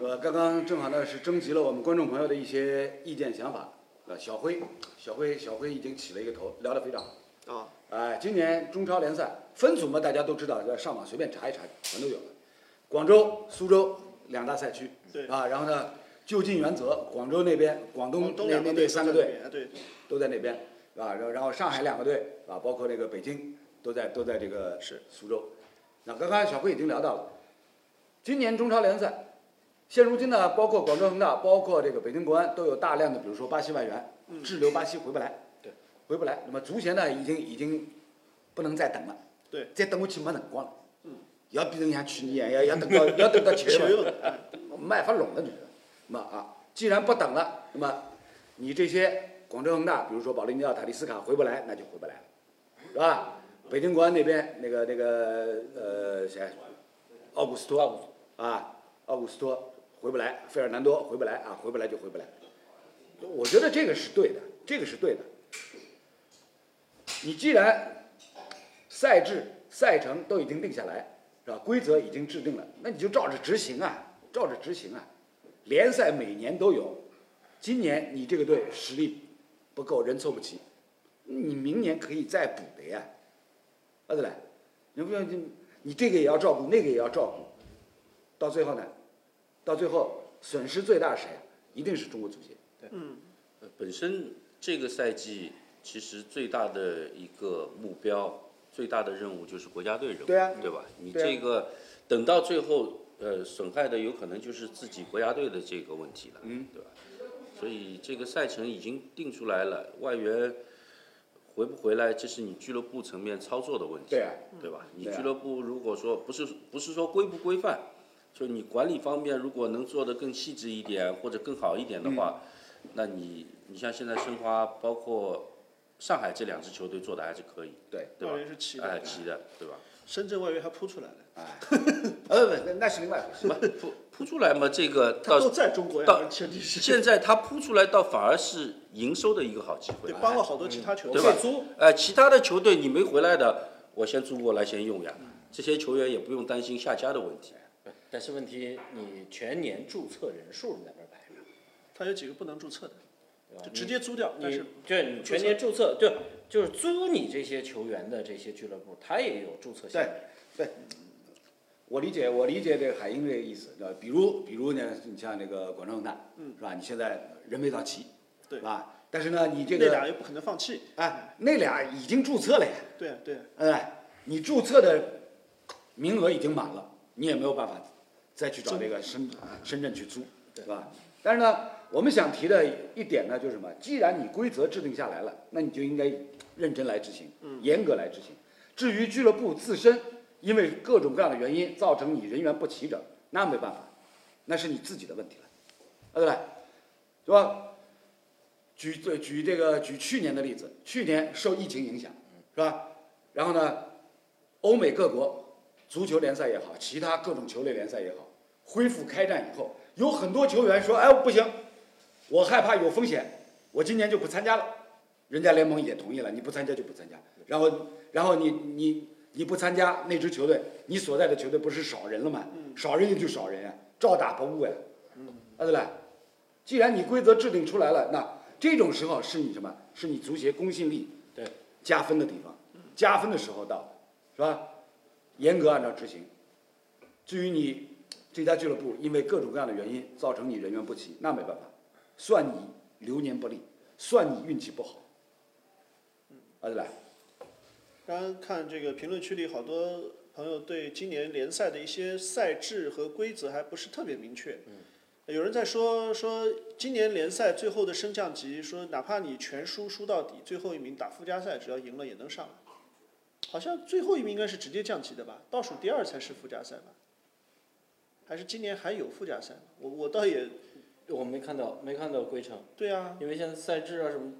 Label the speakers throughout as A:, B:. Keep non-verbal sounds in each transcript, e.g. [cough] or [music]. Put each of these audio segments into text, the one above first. A: 呃，刚刚正好呢是征集了我们观众朋友的一些意见想法。呃，小辉，小辉，小辉已经起了一个头，聊得非常好。
B: 啊，
A: 哎，今年中超联赛分组嘛，大家都知道，上网随便查一查，全都有了。广州、苏州两大赛区，
B: 对
A: 啊，然后呢，就近原则，广州那边、广东
B: 广哦东
A: 那
B: 两
A: 边
B: 个
A: 那
B: 队
A: 三个
B: 都在
A: 队
B: 那边对，
A: 都在那边，啊，然后然后上海两个队啊，包括那个北京都在都在这个
B: 是
A: 苏州。那刚刚小慧已经聊到了，今年中超联赛，现如今呢，包括广州恒大，包括这个北京国安，都有大量的比如说巴西外援滞留巴西回不来，
B: 嗯对，
A: 回不来。那么足协呢，已经已经不能再等了，
B: 对，
A: 再等下去没辰光了，要比人家去年要要等到要等到七
B: 七
A: 月
B: 月
A: 份
B: 份，哎
A: 没办法弄了，你说，那么啊，既然不等了，那么你这些广州恒大，比如说保利尼奥、塔利斯卡回不来，那就回不来了，是吧？北京国安那边那个那个呃谁，奥古斯托，奥古斯啊，奥古斯托回不来，费尔南多回不来啊，回不来就回不来。我觉得这个是对的，这个是对的。你既然赛制、赛程都已经定下来，是吧？规则已经制定了，那你就照着执行啊，照着执行啊。联赛每年都有，今年你这个队实力不够，人凑不齐，你明年可以再补的呀。啊，对了，你不要你你这个也要照顾，那个也要照顾，到最后呢，到最后损失最大谁啊？一定是中国足协。
C: 呃本身这个赛季其实最大的一个目标、最大的任务就是国家队任务，
A: 对啊
C: 吧？你
A: 对啊
C: 这个等到最后，呃，损害的有可能就是自己国家队的这个问题了，嗯，对吧？所以这个赛程已经定出来了，外援回不回来，这是你俱乐部层面操作的问题，
A: 对啊
B: 嗯
C: 对吧？你
A: 对啊
C: 俱乐部如果说不是不是说规不规范，就你管理方面如果能做得更细致一点或者更好一点的话，那你你像现在申花包括上海这两支球队做的还是可以，
A: 对
C: 对吧
B: 外？援是齐的
C: 哎，齐的，对吧？
B: 深圳外援还扑出来了，
A: 呃，不，那那是另外一回事。
C: 扑扑出来嘛，这个
B: 他啊都
C: 到
B: 在中国
C: 到
B: 呀， [laughs] 前提是，
C: 现在他扑出来倒反而是营收的一个好机会
B: 对，，帮了好多其他球队，
C: 对吧
B: 租
C: 呃，其他的球队你没回来的，我先租过来先用呀，这些球员也不用担心下家的问题。
D: 但是问题，你全年注册人数你在那儿摆着，
B: 他有几个不能注册的，
D: 对吧？
B: 就直接租掉，但是
D: 你对你全年注册，就就是租你这些球员的这些俱乐部，他也有注册限制。
A: 我理解，我理解这个海英这个意思，对吧？比如，比如呢，你像那个广州恒大，嗯，是吧？你现在人没到齐，
B: 对
A: 是吧？但是呢，你这
B: 那俩
A: 个
B: 又不可能放弃，
A: 啊，那俩已经注册了呀，
B: 对啊对啊，
A: 哎，你注册的名额已经满了，你也没有办法再去找这个深深圳去租，对吧？但是呢，我们想提的一点呢，就是什么？既然你规则制定下来了，那你就应该认真来执行，严格来执行。至于俱乐部自身因为各种各样的原因造成你人员不齐整，那没办法，那是你自己的问题了，啊对吧？对吧？举这举这个举去年的例子，去年受疫情影响，是吧？然后呢，欧美各国足球联赛也好，其他各种球类联赛也好，恢复开战以后，有很多球员说：“哎，不行，我害怕有风险，我今年就不参加了。”人家联盟也同意了，你不参加就不参加。然后，然后你你你不参加那支球队，你所在的球队不是少人了吗？少人也就少人呀、照打不误呀、啊对了，既然你规则制定出来了，那这种时候是你什么？是你足协公信力
D: 对，
A: 加分的地方，加分的时候到了，是吧？严格按照执行。至于你这家俱乐部因为各种各样的原因造成你人员不齐，那没办法，算你流年不利，算你运气不好。啊对了，
B: 刚刚看这个评论区里，好多朋友对今年联赛的一些赛制和规则还不是特别明确。
D: 嗯
B: 有人在说说今年联赛最后的升降级，说哪怕你全输输到底，最后一名打附加赛，只要赢了也能上来。好像最后一名应该是直接降级的吧，倒数第二才是附加赛吧？还是今年还有附加赛吗？我我倒也
D: 我没看到，没看到规程，
B: 对啊，
D: 因为现在赛制啊什么，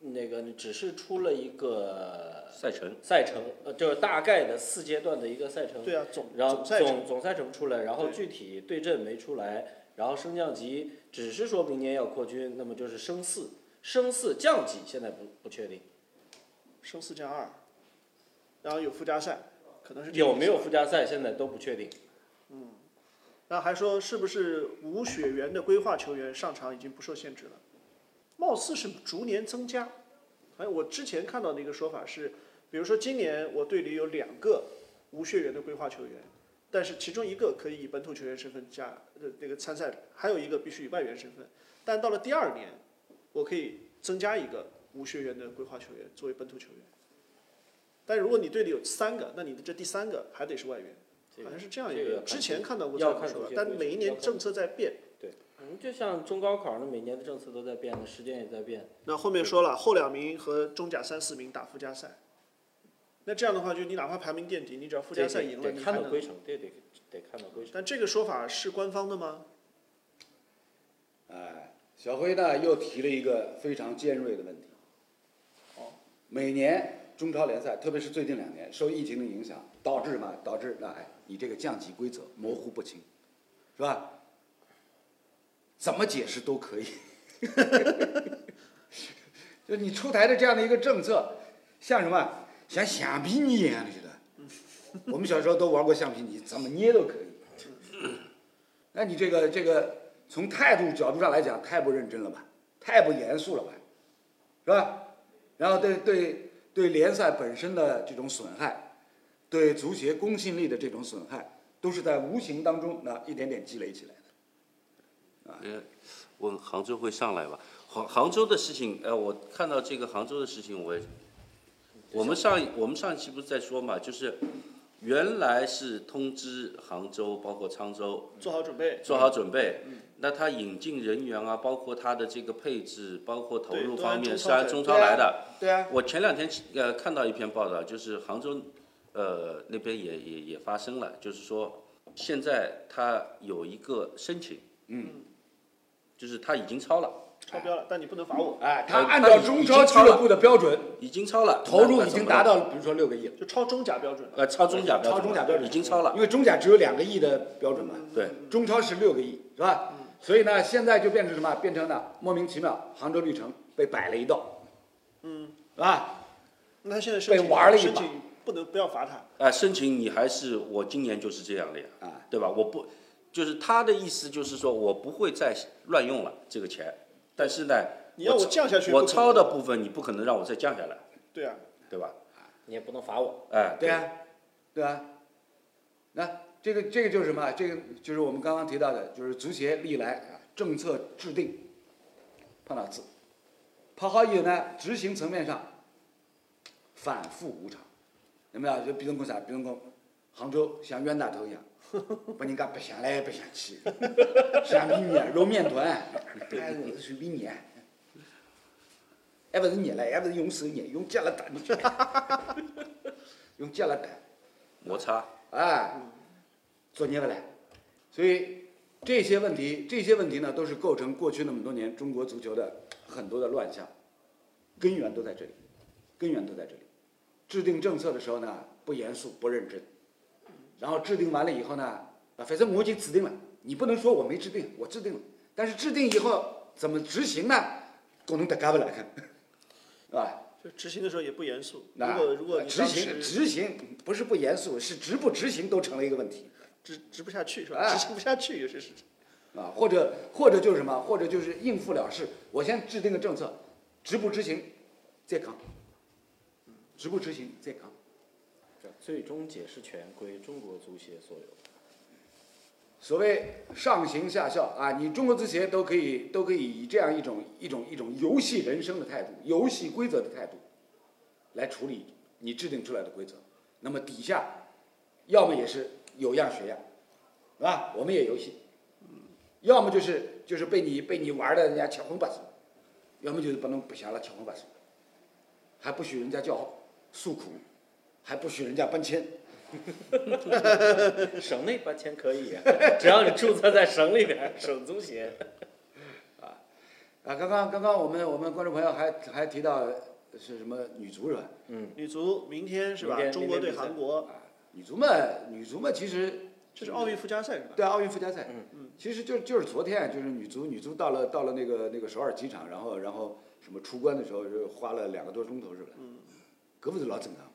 D: 那个你只是出了一个
C: 赛程
D: 赛程，呃，就是大概的四阶段的一个赛程，
B: 对啊，总
D: 然后
B: 总赛程
D: 总总赛程出来，然后
B: 对
D: 具体对阵没出来，然后升降级只是说明年要扩军，那么就是升四，升四降级现在不不确定，
B: 升四降二，然后有附加赛，可能是这个
D: 有
B: 意
D: 没
B: 思
D: 有
B: 吧
D: 附加赛现在都不确定。
B: 然后还说是不是无血缘的规划球员上场已经不受限制了？貌似是逐年增加。哎，我之前看到的一个说法是，比如说今年我队里有两个无血缘的规划球员，但是其中一个可以以本土球员身份加呃那个参赛，还有一个必须以外援身份。但到了第二年，我可以增加一个无血缘的规划球员作为本土球员。但如果你队里有三个，那你的这第三个还得是外援。
D: 这
B: 好
D: 个
B: 像是这样一
D: 这个要
B: 个，
D: 看
B: 之前看到过这
D: 要
B: 样的
D: 看
B: 说法
D: 出，现
B: 但
D: 规
B: 每
D: 矩
B: 一
D: 要
B: 年
D: 看
B: 政策在变。
D: 嗯，就像中高考那每年的政策都在变，时间也在变。
B: 那后面说了，后两名和中甲三四名打附加赛。那这样的话，就你哪怕排名垫底，你只要附加赛赢了，
D: 得
B: 你
D: 得
B: 还
D: 看到
B: 能。
D: 规程，对，得得看到规程。
B: 但这个说法是官方的吗？
A: 哎，小辉呢又提了一个非常尖锐的问题。哦每年中超联赛，特别是最近两年，受疫情的影响，导致嘛，导致那哎，你这个降级规则模糊不清，是吧？怎么解释都可以。 [laughs] 就你出台的这样的一个政策，像什么像橡皮泥一样的似的。我们小时候都玩过橡皮泥，怎么捏都可以。那你这个这个从态度角度上来讲，太不认真了吧，太不严肃了吧，是吧？然后对对对联赛本身的这种损害，对足协公信力的这种损害，都是在无形当中那一点点积累起来的。
C: 问杭州会上来吧？杭杭州的事情，呃，我看到这个杭州的事情，我也，我们上一我们上一期不是在说嘛，就是原来是通知杭州，包括沧州，
B: 做好准备。
C: 做好准备。
A: 嗯
C: 那他引进人员啊，包括他的这个配置，包括投
B: 对
C: 入
B: 都
C: 方
B: 按中
C: 面是
B: 超
C: 按
B: 来
C: 中
B: 的
C: 超
B: 对啊
C: 来的。
B: 对啊，
C: 我前两天呃看到一篇报道，就是杭州呃那边也也也发生了，就是说现在他有一个申请，
A: 嗯，
C: 就是他已经超了，
B: 超标了，但你不能罚我，
A: 哎，他
C: 呃
A: 按
C: 他
A: 照
C: 已
A: 中
C: 已
A: 超
C: 经
A: 俱
C: 超
A: 乐
C: 了
A: 部的标准，
C: 已经超了，
A: 投
C: 那
A: 入
C: 那
A: 已
C: 怎
A: 经
C: 么
A: 达
C: 办
A: 到了，比如说六个亿了，
B: 就超中甲标准了。
C: 呃超中甲标
A: 超
C: 准，
A: 中甲标准
C: 已经超了，
A: 因为中甲只有两个亿的标准嘛，
C: 对，
A: 中超是六个亿，是吧？所以呢，现在就变成什么？变成了莫名其妙，杭州绿城被摆了一道，嗯，是吧？
B: 那他现在申
A: 被
B: 请
A: 玩了一
B: 申
A: 把
B: 请不能不要罚他，
C: 啊，申请你还是我今年就是这样的呀，
A: 啊
C: 对吧？我不，就是他的意思就是说我不会再乱用了这个钱，但是呢，
B: 你要我
C: 我
B: 降下去
C: 我
B: 不可能
C: 超的部分你不可能让我再降下来，
B: 对啊，
C: 对吧？
D: 你也不能罚我，
C: 哎，
A: 对啊，对啊，那这个这个就是什么啊？这个就是我们刚刚提到的，就是足协历来啊政策制定碰到字，跑好以后呢，执行层面上反复无常，有没有？就比如讲啥？比如讲杭州像冤大头一样，把人家白相来白相去，橡皮泥揉面团，哎，我是随便捏。还不是捏了，还不是用手捏，用脚来打进去，用脚来打。
C: 摩擦，
A: 哎，
B: 嗯
A: 作孽不来。所以这些问题，这些问题呢，都是构成过去那么多年中国足球的很多的乱象，根源都在这里，根源都在这里。制定政策的时候呢，不严肃不认真，然后制定完了以后呢，啊，反正我已经指定了，你不能说我没制定，我制定了，但是制定以后怎么执行呢？可能得嘎不来看，是吧？
B: 就执行的时候也不严肃。如
A: 那
B: 果如果你
A: 执
B: 当
A: 行
B: 时
A: 执行不是不严肃，是执不执行都成了一个问题。
B: 执执不下去是吧？
A: 哎
B: 执行不下去也是是。
A: 啊，或者或者就是什么，或者就是应付了事。我先制定个政策，执不执行再扛，执不执行再扛。
D: 最终解释权归中国足协所有。
A: 所谓上行下效啊，你中国足协都可以都可以以这样一种一种一种游戏人生的态度、游戏规则的态度，来处理你制定出来的规则。那么底下，要么也是有样学样，是吧？我们也游戏，要么就是就是被你被你玩的人家七荤八素，要么就是不能不想了七荤八素，还不许人家叫诉苦，还不许人家搬迁。
D: [laughs] 省内搬迁可以，只要你注册在省里边，省足协。
A: 啊，刚刚刚刚我们我们观众朋友还还提到是什么女足是吧？
B: 女足明天是吧
D: 明？天
B: 中国
D: 明天
B: 对
D: 比赛
B: 韩国，
A: 啊女足嘛，女足嘛，其实
B: 这是奥运附加赛是吧？
A: 对奥运附加赛，
C: 嗯
A: 其实就就是昨天就是女足，女足到了到了那个那个首尔机场，然后然后什么出关的时候是花了两个多钟头是吧？嗯，搿不是老正常吗？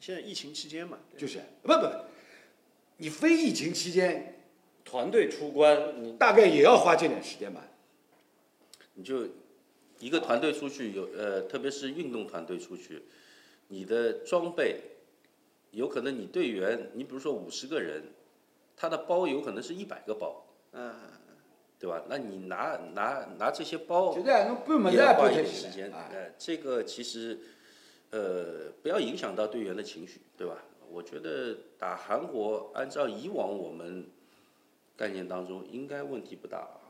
B: 现在疫情期间嘛，对
A: 就是不不不，你非疫情期间，
D: 团队出关，你
A: 大概也要花这点时间吧。
C: 你就一个团队出去有呃，特别是运动团队出去，你的装备有可能你队员，你比如说五十个人，他的包有可能是一百个包，
B: 嗯，
C: 对吧？那你拿拿拿这些包
A: 现在那不么
C: 哦也
A: 在
C: 要
A: 不
C: 花一
A: 这
C: 点时间，
A: 哎，
C: 呃，这个其实呃不要影响到队员的情绪，对吧？我觉得打韩国，按照以往我们概念当中，应该问题不大啊。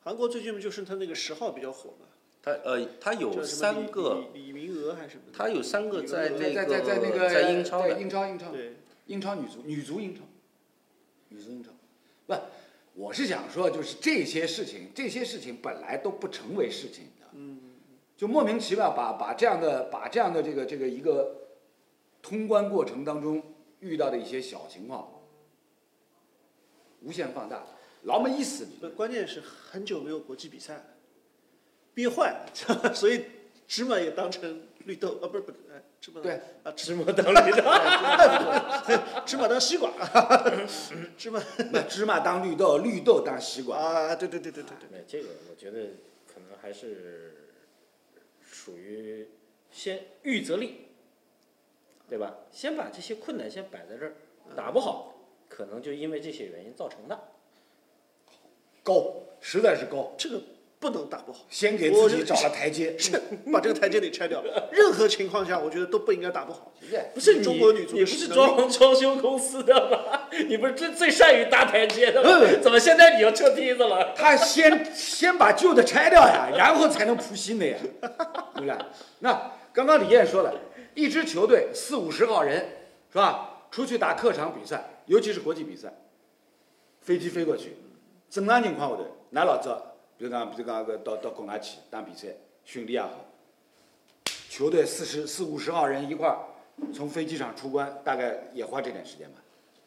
B: 韩国最近不就是他那个十号比较火嘛，
C: 他呃，他有
B: 叫什么
C: 三
B: 李
C: 个。
B: 李李明娥还是什么的？
C: 他有三个
B: 李明
C: 在
B: 娥
C: 那
A: 在
C: 个
A: 在在那个
C: 在英超的
A: 对英超英超
B: 对
A: 英超女足女足英超，女足英超，不，我是想说就是这些事情，这些事情本来都不成为事情的，嗯，就莫名其妙把把这样的把这样的这个这个一个通关过程当中遇到的一些小情况无限放大，牢门一死你
B: 不，关键是很久没有国际比赛了，憋坏了， [laughs] 所以芝麻也当成绿豆啊，不是不是，哎芝麻
A: 对
B: 啊，芝
D: 芝麻哎当绿 [laughs] 豆。
B: [laughs] 芝麻当西瓜，芝麻
A: 那芝麻当绿豆，绿豆当西瓜，
B: 啊，对对对对对对，
D: 对，这个我觉得可能还是属于先预则立，对吧？先把这些困难先摆在这儿，打不好，可能就因为这些原因造成的。
A: 高，实在是高，
B: 这个不能打不好，
A: 先给
B: 我
A: 自己
B: 就
A: 找了台阶。
B: 这把这个台阶得拆掉，任何情况下我觉得都不应该打不好。
D: 不是你，
B: 中国女足
D: 你
B: 的
D: 不是
B: 实力
D: 装装修公司的吗？你不是最最善于搭台阶的
A: 嗯
D: 吗？怎么现在你又撤梯子了？
A: 他先先把旧的拆掉 [laughs] 呀，然后才能铺新 [laughs] 的呀，对不对？那刚刚李艳说了，一支球队四五十号人是吧？出去打客场比赛，尤其是国际比赛，飞机飞过去，正常情况下头，㑚老早比如讲，比如讲搿到到国外去打比赛训练也好，球队四十四五十号人一块儿从飞机场出关，大概也花这点时间吧。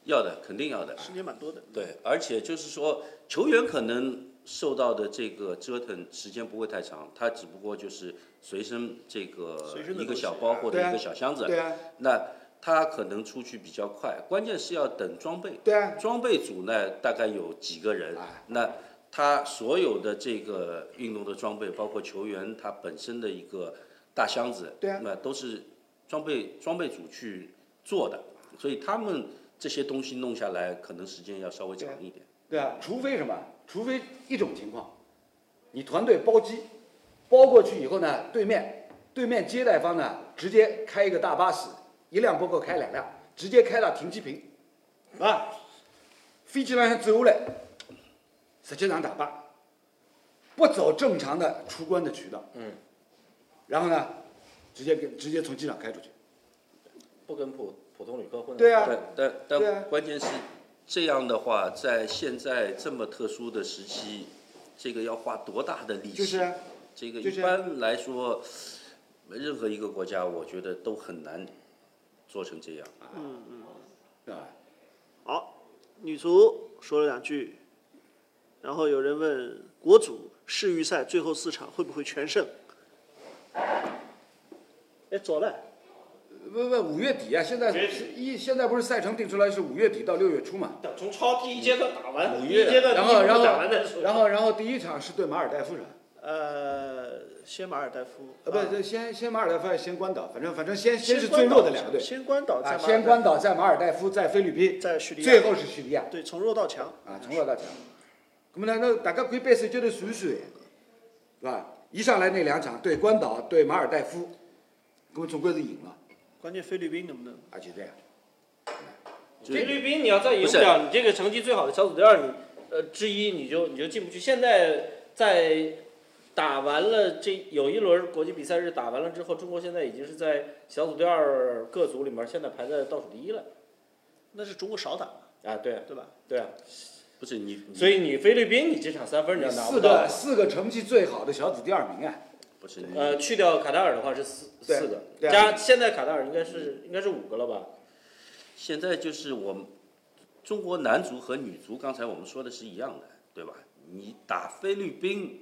C: 要的，肯定要的。
B: 时间蛮多的，
C: 对，而且就是说，球员可能受到的这个折腾时间不会太长，他只不过就是随身这个
B: 随身的
C: 一个
B: 东西
C: 小包
B: 啊
C: 或者
A: 对啊
C: 一个小箱子，
A: 对啊，
C: 那他可能出去比较快，关键是要等装备。
A: 对啊，
C: 装备组呢，大概有几个人
A: 哎？
C: 那他所有的这个运动的装备，包括球员他本身的一个大箱子，
A: 对啊
C: 那都是装备装备组去做的，所以他们这些东西弄下来，可能时间要稍微长一点。
A: 对啊，除非什么？除非一种情况，你团队包机，包过去以后呢，对面对面接待方呢，直接开一个大巴士，一辆包括开两辆，直接开到停机坪，啊，飞机上走下来，直接上大巴，不走正常的出关的渠道，嗯，然后呢，直接给直接从机场开出去，
D: 不跟普普通旅客混。
A: 对啊
C: 但但
A: 对啊
C: 但关键是这样的话，在现在这么特殊的时期，这个要花多大的力气？
A: 就是啊，
C: 这个
A: 就
C: 一
A: 是
C: 般来说，任何一个国家，我觉得都很难做成这样。
A: 对吧？
B: 好，女足说了两句，然后有人问国足世预赛最后四场会不会全胜？哎，走了，
A: 不不，五月底啊，现在一现在不是赛程定出来是五月底到六月初嘛？
D: 等从超第一阶段打完，
C: 五
D: 第
C: 月
D: 一阶段
A: 然后，
D: 第一
A: 然
D: 步
A: 后
D: 打完再说，啊
A: 然后，然后第一场是对马尔代夫人，
B: 呃，先马尔代夫，
A: 呃，不，
B: 啊
A: 这先先马尔代夫，还是先关岛，反正反正先是
B: 关
A: 最弱
B: 岛
A: 的两个队，
B: 先关岛再
A: 啊，
B: 马尔
A: 先
B: 代
A: 关
B: 夫
A: 岛，在马尔代夫，在菲律宾，
B: 在叙利亚
A: 最后是叙利亚，
B: 对，从弱到强
A: 啊，从弱到强。那么呢，那大家可以把手脚头数一数，是吧？一上来那两场对关岛、对马尔代夫，那么总归是赢了，
B: 关键菲律宾能不能？
A: 啊，就这样。
D: 菲律宾你要再赢
C: 不
D: 不
C: 是
D: 了，你这个成绩最好的小组第二，你呃之一你就你就进不去。现在在打完了这有一轮国际比赛日打完了之后，中国现在已经是在小组第二各组里面现在排在倒数第一了。
B: 那是中国少打嘛，
D: 啊，对啊，
B: 对吧？
D: 对啊，
C: 不是你，你
D: 所以你菲律宾你这场三分你要拿
A: 四
D: 不到啊
A: 个，四个成绩最好的小组第二名啊，
C: 不是你，
D: 呃，去掉卡塔尔的话是四
A: 对
D: 四个，
A: 对啊
D: 加现在卡塔尔应该是应该是五个了吧？ [laughs]
C: 现在就是我们中国男足和女足，刚才我们说的是一样的，对吧？你打菲律宾，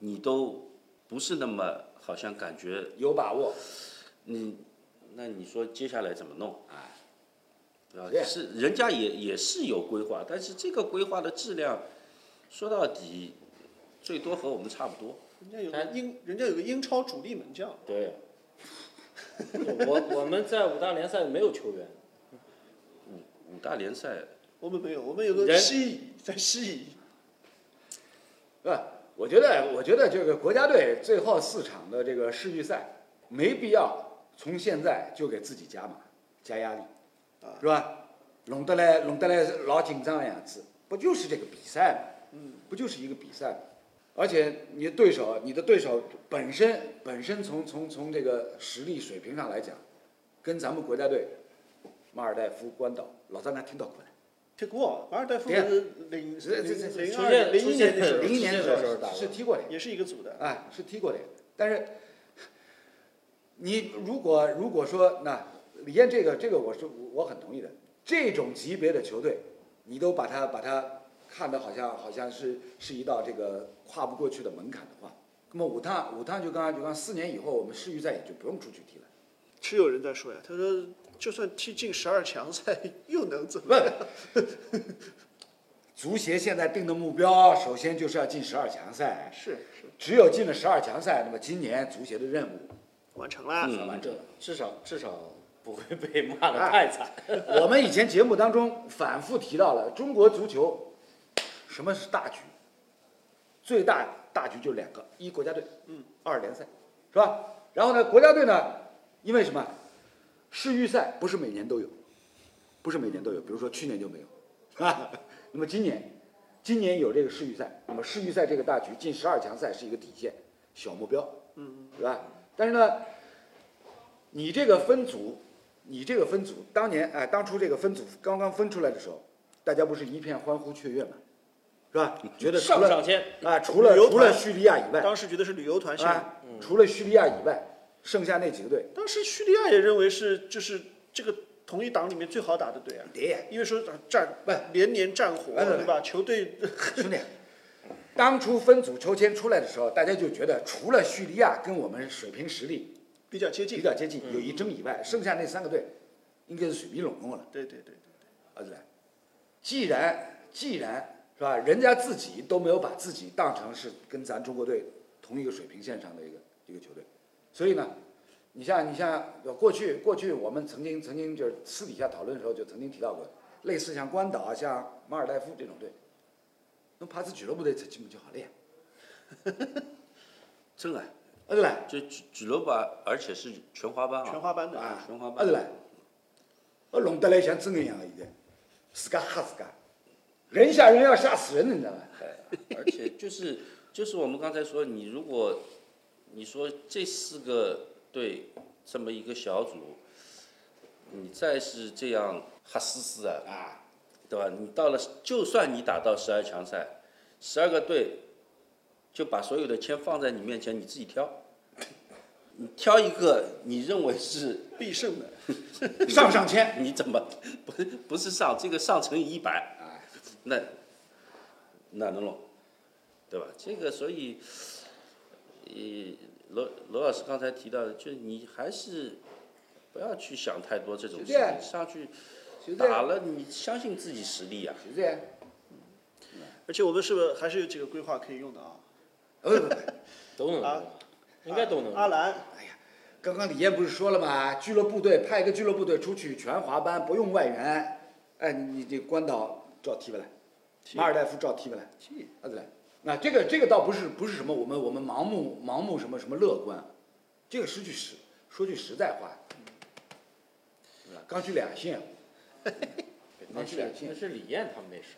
C: 你都不是那么好像感觉
A: 有把握。
C: 你，那你说接下来怎么弄？
A: 哎，
C: 啊
A: 对，
C: 是人家也也是有规划，但是这个规划的质量，说到底，最多和我们差不多。
B: 人家有
A: 哎
B: 个英，人家有个英超主力门将，
D: 对，我我们在五大联赛没有球员，
C: 五大联赛
B: 我们没有，我们有个
D: 人
B: 西乙，在西乙，
A: 对吧？我觉得，我觉得这个国家队最后四场的这个世预赛，没必要从现在就给自己加码、加压力，是吧？弄得来，弄得来老紧张的样子，不就是这个比赛吗？嗯，不就是一个比赛吗？而且你的对手，你的对手本身本身从从从这个实力水平上来讲，跟咱们国家队，马尔代夫、关岛，老早那听到过来。
B: 踢过，马尔代夫
A: 对啊
B: 是零零
A: 这这这
B: 零
D: 出
B: 二
D: 现
B: 零一年的时候
D: 出
A: 零一年的
D: 是
A: 时
D: 是
A: 候
D: 是
A: 是踢过的，
B: 也是一个组的，
A: 哎，是踢过的。但是你如果如果说那李艳这个这个我是我很同意的，这种级别的球队，你都把它把它看得好像好像是是一道这个跨不过去的门槛的话，那么五趟五趟就刚刚就刚四年以后，我们世预赛也就不用出去踢了。
B: 是有人在说呀，他说就算踢进十二强赛又能怎么样？
A: 问， [laughs] 足协现在定的目标，首先就是要进十二强赛，
B: 是是
A: 只有进了十二强赛，那么今年足协的任务
B: 完成了，
A: 算完
D: 反
A: 整
D: 正
A: 了。
D: 嗯至少至少不会被骂得太惨。
A: [laughs] 我们以前节目当中反复提到了中国足球，什么是大局？最大大局就两个：一国家队，嗯，二联赛，是吧？然后呢，国家队呢，因为什么？世预赛不是每年都有，不是每年都有，比如说去年就没有， [laughs] 啊，那么今年，今年有这个世预赛，那么世预赛这个大局进十二强赛是一个底线，小目标，嗯，对吧？但是呢，你这个分组，你这个分组，当年哎，当初这个分组刚刚分出来的时候，大家不是一片欢呼雀跃嘛，是吧？觉得除
D: 上
A: 了
D: 上签，
A: 啊，除了
B: 旅游
A: 除了
B: 团
A: 叙利亚以外，
B: 当时觉得是旅嗯游团项目，
A: 啊，除了叙利亚以外，剩下那几个队，
B: 当时叙利亚也认为是就是这个同一党里面最好打的队啊，
A: 爹，
B: 因为说啊战
A: 不
B: 连年战火，
A: 哎不
B: 对吧？球队 [laughs]
A: 兄弟，当初分组抽签出来的时候，大家就觉得除了叙利亚跟我们水平实力
B: 比较接
A: 比
B: 近，
A: 较接近，有一争以外，剩下那三个队应该是水平拢用了，
B: 对对对，
A: 儿子。既然既然是吧，人家自己都没有把自己当成是跟咱中国队同一个水平线上的一个一个球队，所以呢，你像你像过去过去我们曾经曾经就是私底下讨论的时候就曾经提到过，类似像关岛啊、像马尔代夫这种队，侬派支俱乐部队出去不就好了呀？
C: 真的，
A: 对不对？
C: 就俱俱乐部啊，而且是全华班啊，
B: 全华班的
A: 啊，
C: 全华
A: 对
C: 班
A: 不对？我弄得来像真的一样，现在自家吓自家，人吓人要吓死人的，你知道吧？
C: 而且就是就是我们刚才说，你如果你说这四个队这么一个小组，你再是这样哈斯斯啊，
A: 啊，
C: 对吧？你到了，就算你打到十二强赛，十二个队就把所有的签放在你面前，你自己挑，你挑一个你认为是
B: 必胜的，
A: 上上签，
C: [laughs] 你怎么不是不是上这个上乘以一百，那哪能弄，对吧？这个所以，呃，罗罗老师刚才提到的，就你还是不要去想太多这种事
A: 就这样
C: 情，上去
A: 就这
C: 打
A: 样，
C: 了，你相信自己实力啊。
A: 就这样。
B: 而且我们是不是还是有几个规划可以用的啊？
A: 呃，不不
D: 都能用
B: 啊
D: 嗯应该都能用。
B: 阿兰
A: 刚刚李艳不是说了吗？俱乐部队派一个俱乐部队出去，全华班不用外援。哎，你你这关岛照踢不来，马尔代夫照踢不来，
B: 踢
A: 啊对。那这个这个倒不是不是什么我们我们盲目盲目什么什么乐观，这个是句实说句实在话，对吧刚去两线
D: 那是那是李艳他们那时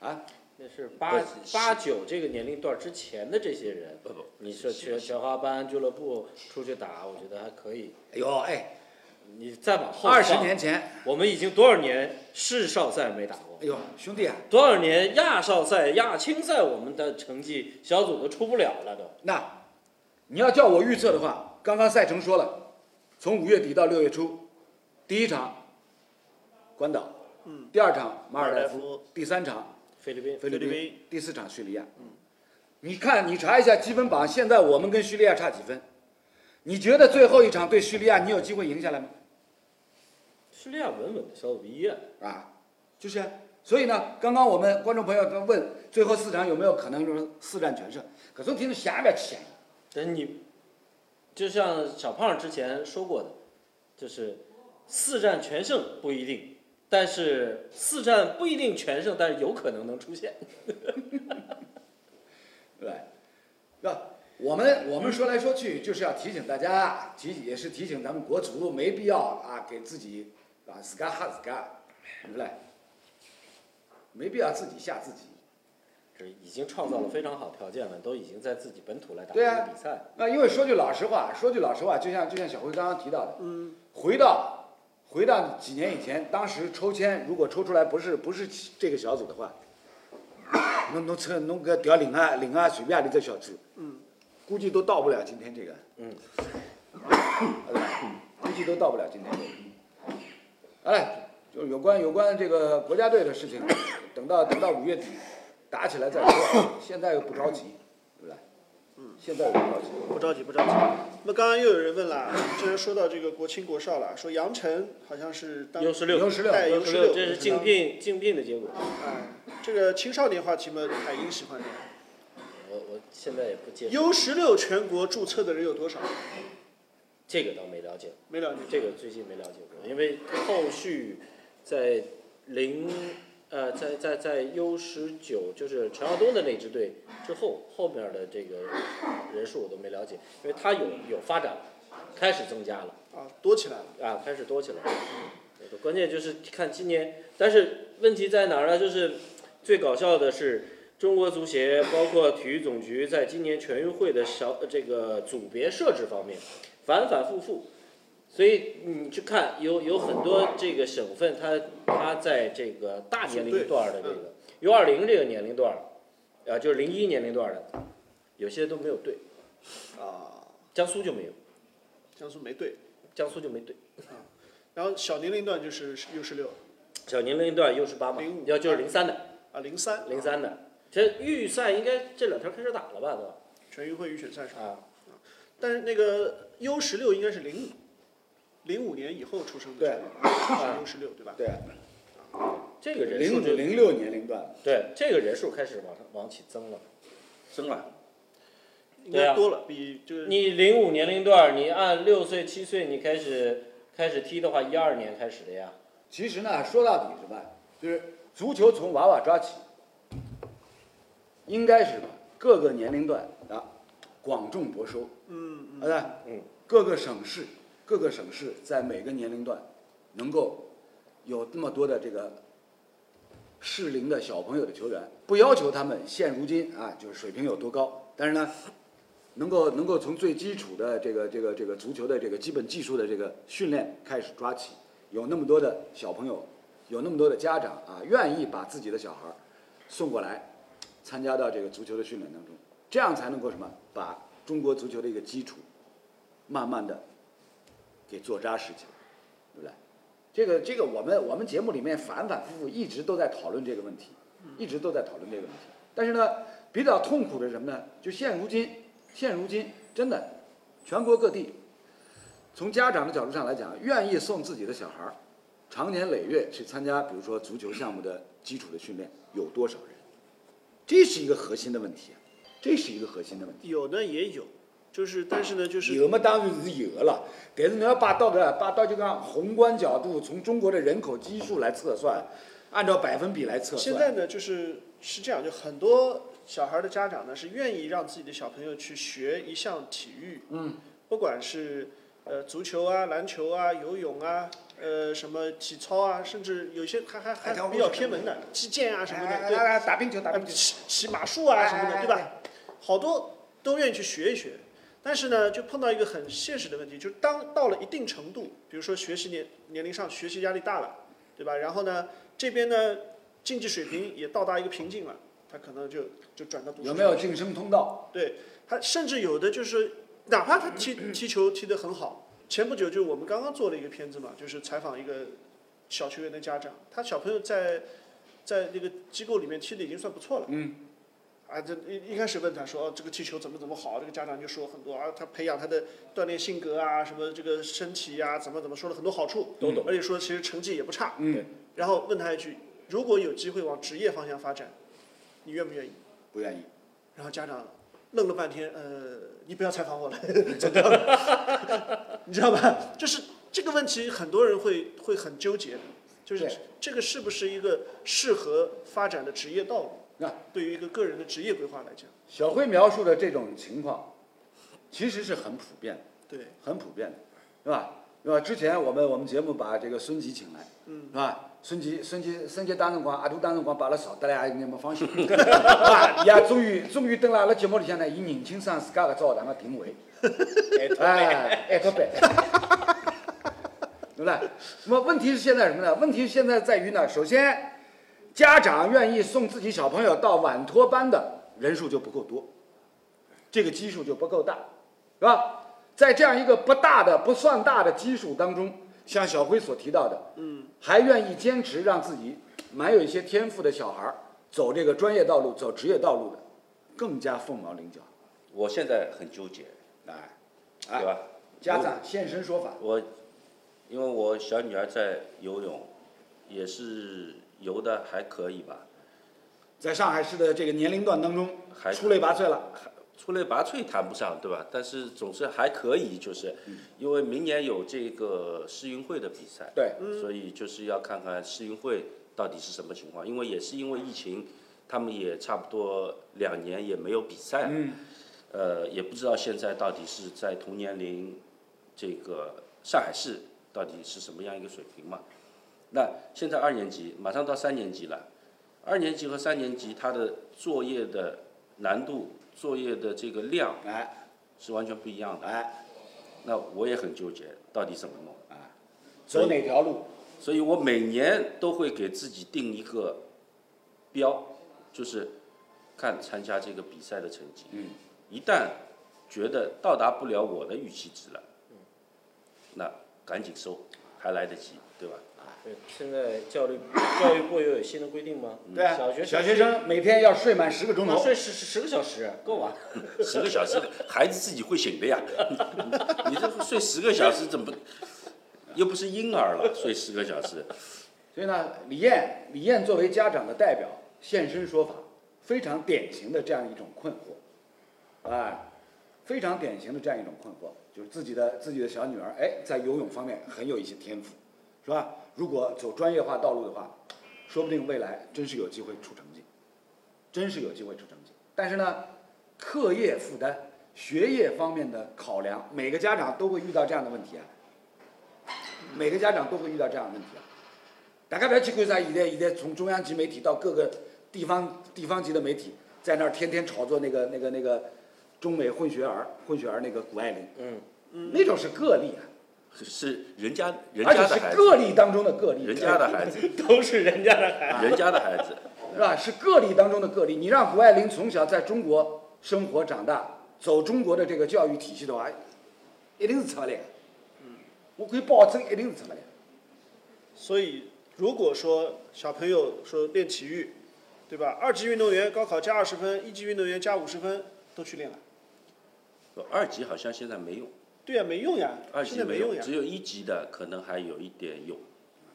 D: 候，
A: 啊，
D: 那是八
C: 不是
D: 八九这个年龄段之前的这些人。
C: 不不，
D: 你说全全华班俱乐部出去打，我觉得还可以。
A: 哎呦哎，
D: 你再往后
A: 二十
D: 放
A: 年，前，
D: 我们已经多少年市少赛没打过
A: 哎？呦兄弟啊，
D: 多少年亚少赛、亚青赛，我们的成绩小组都出不了了都。
A: 那你要叫我预测的话，刚刚赛程说了，从五月底到六月初，第一场关岛，嗯，第二场马尔代
B: 马尔代
A: 夫
B: 夫，
A: 第三场
D: 菲律宾
A: 菲律
B: 菲律宾
A: 第四场叙利亚。嗯，你看，你查一下积分榜，现在我们跟叙利亚差几分？你觉得最后一场对叙利亚，你有机会赢下来吗？
D: 叙利亚稳稳的小组第一啊，
A: 啊，就是啊。所以呢，刚刚我们观众朋友都问，最后四场有没有可能就是四战全胜？可总体是下边强。
D: 但你就像小胖之前说过的，就是四战全胜不一定，但是四战不一定全胜，但是有可能能出现。
A: 对，那我们我们说来说去就是要提醒大家，提也是提醒咱们国足没必要啊给自己啊自嘎哈自嘎，对不对？没必要自己吓自己。
D: 这已经创造了非常好条件了，都已经在自己本土来打这
A: 对啊
D: 个比赛了。
A: 那因为说句老实话，说句老实话，就像就像小辉刚刚提到的，回到回到几年以前，当时抽签如果抽出来不是不是这个小组的话，侬侬抽侬搿调另外另外啊随便里只小组，估计都到不了今天这个，
D: 嗯
A: 好嘞，估计都到不了今天这个。好嘞，就是有关有关这个国家队的事情，等到等到五月底打起来再说，现在又不着急，对不对？现在又不着急。
B: 不着急，不着急。那么刚刚又有人问了，既然说到这个国青国少了，说杨晨好像是当
D: U 十六，
A: U16
B: 带
A: U16
B: U 哎十六，
D: 这是竞聘竞聘的结果。
B: 哎，这个青少年话题嘛，海英喜欢聊。
D: 我我现在也不接受
B: U 十六全国注册的人有多少？
D: 这个倒没了解过，
B: 没了解。
D: 这个最近没了解过，因为后续在零呃在在在 U 十九就是陈耀东的那支队之后，后面的这个人数我都没了解，因为他有有发展，开始增加了。
B: 啊，多起来了。
D: 啊，开始多起来了。呃关键就是看今年，但是问题在哪儿呢？就是最搞笑的是，中国足协包括体育总局在今年全运会的小呃这个组别设置方面反反复复，所以你去看有有很多这个省份，它它在这个大年龄段儿的这个 U 二零这个年龄段儿，啊、就是零一年龄段儿的，有些都没有队，
B: 啊，
D: 江苏就没有，
B: 江苏没队。
D: 江苏就没队。
B: 然后小年龄段就是 U 十六
D: 小年龄段 U 十八嘛
B: 05，
D: 要就是零三的，
B: 啊，零三
D: 零三的，这预赛应该这两天开始打了吧？都
B: 全运会预选赛是吧？
D: 啊，
B: 但是那个 U 十六应该是零五，零五年以后出生的
A: 对
D: 哎
B: 是 U 十六对吧？
A: 对啊，
D: 这个人
A: 零
D: 数
A: 五
D: 就
A: 零六年龄段，
D: 对这个人数开始往上往起增了。
C: 真了，
B: 应
D: 对
B: 该
D: 啊
B: 多了，比这个
D: 你零五年龄段儿，你按六岁七岁你开始开始踢的话，一二年开始的呀。
A: 其实呢，说到底什么，就是足球从娃娃抓起，应该是吧，各个年龄段啊，广种博收，
B: 嗯
A: 好的，
D: 嗯，
A: 各个省市，各个省市在每个年龄段能够有这么多的这个适龄的小朋友的球员，不要求他们现如今啊就是水平有多高，但是呢，能够能够从最基础的这个这个这个足球的这个基本技术的这个训练开始抓起，有那么多的小朋友，有那么多的家长啊，愿意把自己的小孩儿送过来，参加到这个足球的训练当中，这样才能够什么把中国足球的一个基础，慢慢的给做扎实起来，对不对？这个这个我们我们节目里面反反复复一直都在讨论这个问题，一直都在讨论这个问题。但是呢，比较痛苦的是什么呢？就现如今，现如今真的，全国各地，从家长的角度上来讲，愿意送自己的小孩儿，长年累月去参加，比如说足球项目的基础的训练，有多少人？这是一个核心的问题啊，这是一个核心的问题。
B: 有呢也有，就是但是呢就是
A: 有嘛，当然是有了，但是你要摆到个摆到就讲宏观角度，从中国的人口基数来测算，按照百分比来测算。
B: 现在呢，就是是这样，就很多小孩的家长呢是愿意让自己的小朋友去学一项体育，
A: 嗯，
B: 不管是呃足球啊、篮球啊、游泳啊，呃什么体操啊，甚至有些还还
A: 海条
B: 还
A: 舞
B: 比较
A: 什么
B: 偏门的击剑啊什么的，
A: 哎
B: 对，
A: 哎哎打冰球，打
B: 哎
A: 冰球。
B: 骑骑马术啊什么的，
A: 哎
B: 对
A: 哎
B: 吧？好多都愿意去学一学，但是呢，就碰到一个很现实的问题，就是当到了一定程度，比如说学习年年龄上学习压力大了，对吧？然后呢，这边呢竞技水平也到达一个瓶颈了，他可能就就转到读书
A: 有没有晋升通道？
B: 对他，甚至有的就是，哪怕他踢踢球踢得很好，前不久就我们刚刚做了一个片子嘛，就是采访一个小球员的家长，他小朋友在在那个机构里面踢的已经算不错了，
A: 嗯，
B: 啊，这一一开始问他说，哦，这个踢球怎么怎么好，这个家长就说很多啊，他培养他的锻炼性格啊，什么这个身体啊，怎么怎么说了很多好处，
D: 都懂
B: 而且说其实成绩也不差。
A: 嗯，
B: 然后问他一句，如果有机会往职业方向发展，你愿不愿意？
A: 不愿意。
B: 然后家长愣了半天，呃，你不要采访我了， [laughs] 你知道吧？就是这个问题，很多人会会很纠结，就是
A: 对
B: 这个是不是一个适合发展的职业道路？
A: 那
B: 对于一个个人的职业规划来讲，
A: 小辉描述的这种情况，其实是很普遍的，
B: 对，
A: 很普遍的，是吧？是吧？之前我们我们节目把这个孙吉请来，
B: 嗯，
A: 是吧？孙吉孙吉孙吉当辰光，阿杜当辰光，把阿拉吵得来也没方向，是吧？伊也终于终于蹲辣阿拉节目里向呢，伊认清桑自家搿只学堂个定位，哎，艾特版， [laughs] 对不对？那么问题是现在什么呢？问题现在在于呢，首先，家长愿意送自己小朋友到晚托班的人数就不够多，这个基数就不够大，是吧？在这样一个不大的、不算大的基数当中，像小辉所提到的，嗯，还愿意坚持让自己蛮有一些天赋的小孩儿走这个专业道路、走职业道路的，更加凤毛麟角。
C: 我现在很纠结，
A: 哎，
C: 对吧？
A: 家长现身说法，
C: 我，因为我小女儿在游泳，也是游的还可以吧，
A: 在上海市的这个年龄段当中，
C: 还
A: 出类拔萃了。
C: 出类拔萃谈不上，对吧？但是总是还可以，就是因为明年有这个世运会的比赛，
A: 对，
C: 所以就是要看看世运会到底是什么情况。因为也是因为疫情，他们也差不多两年也没有比赛了，
A: 嗯，
C: 呃，也不知道现在到底是在同年龄这个上海市到底是什么样一个水平嘛？那现在二年级马上到三年级了，二年级和三年级他的作业的难度、作业的这个量
A: 哎
C: 是完全不一样的。
A: 哎，
C: 那我也很纠结，到底怎么弄？
A: 走哪条路？
C: 所以我每年都会给自己定一个标，就是看参加这个比赛的成绩。
A: 嗯，
C: 一旦觉得到达不了我的预期值了，那赶紧收，还来得及，对吧？
D: 对，现在教育教育部又有新的规定吗？
A: 对啊，
D: 嗯小学
A: 小学生每天要睡满十个钟
D: 啊
A: 头。
D: 睡十十十个小时够啊。
C: 十个小时，孩子自己会醒的呀。 [laughs] 你这睡十个小时怎么？又不是婴儿了，睡十个小时，
A: 所以呢，李艳，李艳作为家长的代表现身说法，非常典型的这样一种困惑，啊，非常典型的这样一种困惑，就是自己的自己的小女儿，哎，在游泳方面很有一些天赋，是吧？如果走专业化道路的话，说不定未来真是有机会出成绩，真是有机会出成绩。但是呢，课业负担、学业方面的考量，每个家长都会遇到这样的问题啊，每个家长都会遇到这样的问题啊。大家不要去看啥，现在现在从中央级媒体到各个地方地方级的媒体，在那儿天天炒作那个那个那个中美混血儿混血儿那个谷爱凌，
D: 嗯，
A: 那种是个例啊，
C: 是人家人
A: 而
C: 家
A: 且
C: 的
A: 是
C: 孩
A: 个
C: 子，
A: 例当中的个例，
C: 人家的孩子，
D: [laughs] 都是人家的孩子。
C: 人家的孩子，
A: 是吧？是个例当中的个例。你让谷爱凌从小在中国生活长大，走中国的这个教育体系的话，哎一定是出不来的。
C: 嗯
A: 我可以保证，一定是出不来的。
B: 所以如果说小朋友说练体育，对吧？二级运动员高考加二十分，一级运动员加五十分，都去练了。
C: 二级好像现在没用。
B: 对呀、没用呀，
C: 二
B: 现
C: 级
B: 在没用呀
C: 只，有一级的可能还有一点用。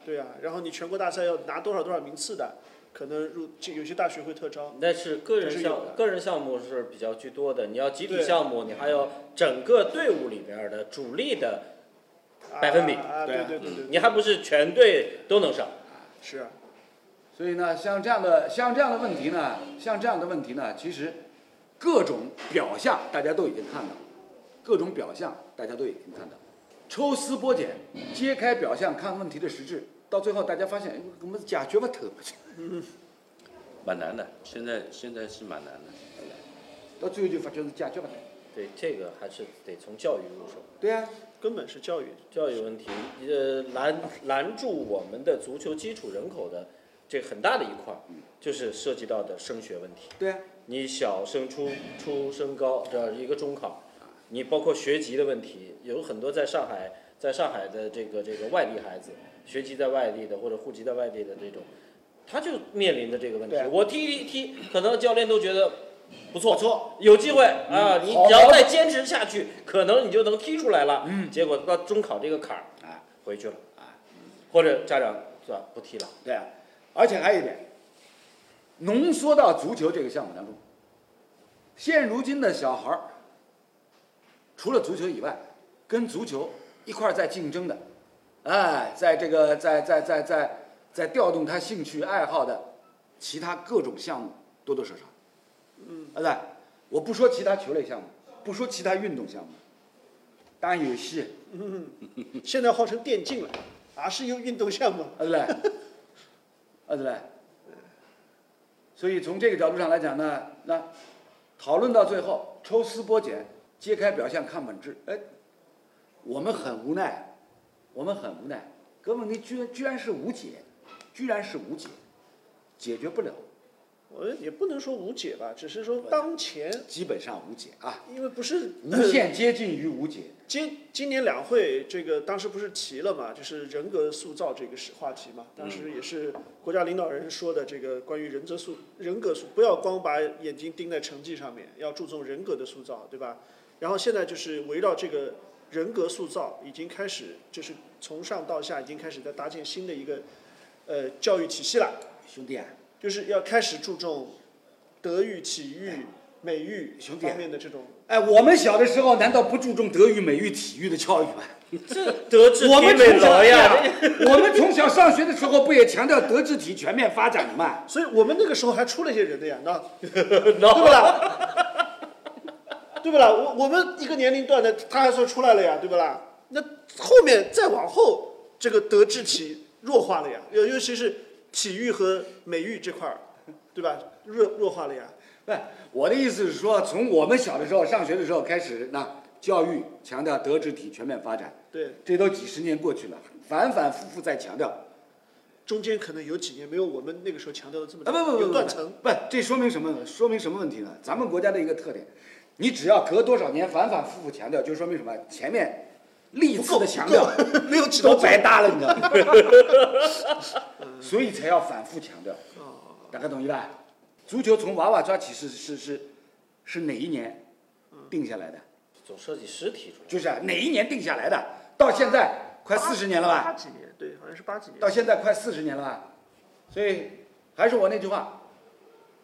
B: 对呀、然后你全国大赛要拿多少多少名次的，可能入这有些大学会特招。
D: 但是个人
B: 这是有的
D: 项个人项目是比较居多的，你要集体
B: 对
D: 项目，你还有整个队伍里边的主力的，
B: 啊
D: 百分比
B: 啊，
A: 对
B: 对
A: 啊
B: 对对对，
D: 你还不是全队都能上。
B: 是啊，
A: 所以呢，像这样的像这样的问题呢，像这样的问题呢，其实各种表象大家都已经看到，各种表象大家都已经看到，抽丝剥茧，揭开表象看问题的实质，到最后大家发现，哎，我们解决不透，
C: 蛮难的，现在现在是蛮难的。
A: 到最后就发觉是解决不透。
D: 对，这个还是得从教育入手。
A: 对啊呀、
B: 根本是教育。
D: 教育问题，呃，拦拦住我们的足球基础人口的这很大的一块儿，就是涉及到的升学问题。
A: 对啊呀、
D: 你小升初、初升高这一个中考，你包括学籍的问题，有很多在上海，在上海的这个这个外地孩子，学籍在外地的或者户籍在外地的这种，他就面临着这个问题
A: 对啊。
D: 我踢一踢，可能教练都觉得不错
A: 不错，嗯
D: 有机会啊！你
A: 好
D: 只要再坚持下去，可能你就能踢出来了。
A: 嗯
D: 结果到中考这个坎儿
A: 啊，
D: 回去了
A: 啊，
D: 或者家长是吧不踢了，
A: 对啊，而且还有一点，浓缩到足球这个项目当中，现如今的小孩儿，除了足球以外，跟足球一块儿在竞争的，哎，在这个在在在在在调动他兴趣爱好的其他各种项目多多少少，嗯，对，我不说其他球类项目，不说其他运动项目，当然有戏。
B: 现在号称电竞了，啊，是一个运动项目。
A: 啊对不 [laughs] 对？啊对不对？所以从这个角度上来讲呢，那讨论到最后，抽丝剥茧，揭开表象看本质，哎，我们很无奈，我们很无奈，哥们，你居然居然是无解，居然是无解，解决不了，
B: 我也不能说无解吧，只是说当前，
A: 基本上无解啊，
B: 因为不是呃
A: 无限接近于无解。
B: 今今年两会这个当时不是提了嘛，就是人格塑造这个是话题嘛，当
A: 嗯
B: 时也是国家领导人说的这个关于人格塑人格塑，不要光把眼睛盯在成绩上面，要注重人格的塑造，对吧？然后现在就是围绕这个人格塑造，已经开始就是从上到下已经开始在搭建新的一个呃教育体系了，
A: 兄弟啊，
B: 就是要开始注重德育、体育、美育
A: 哎兄弟啊
B: 方面的这种。
A: 哎，我们小的时候难道不注重德育、美育、体育的教育吗？
D: 这德智
A: 我
D: 体
A: 们
D: 美
A: 从小哎
D: 劳呀，
A: 我们从小上学的时候不也强调德智体全面发展吗？
B: 所以我们那个时候还出了一些人的呀，那
D: 对
B: 对不啦？对不啦？我我们一个年龄段的，他还算出来了呀，对不啦？那后面再往后，这个德智体弱化了呀，尤尤其是体育和美育这块儿，对吧？弱弱化了呀。
A: 不是，我的意思是说，从我们小的时候上学的时候开始，那教育强调德智体全面发展，
B: 对，
A: 这都几十年过去了，反反复复在强调。啊
B: 中间可能有几年没有我们那个时候强调的这么
A: 啊不不不
B: 有
A: 不不
B: 断层。，
A: 不，这说明什么？说明什么问题呢？咱们国家的一个特点，你只要隔多少年反反复复强调，就说明什么？前面历次的强调
B: 没有起到
A: 都
B: 作用
A: 白搭了，你知道吗？所以才要反复强调。大家懂意吧？足球从娃娃抓起是是是是哪一年定下来的？
D: 总设计师提出来，
A: 就是啊哪一年定下来的？到现在快四十年了
B: 八
A: 吧？
B: 几年，对，好像是八几年。
A: 到现在快四十年了吧？所以还是我那句话，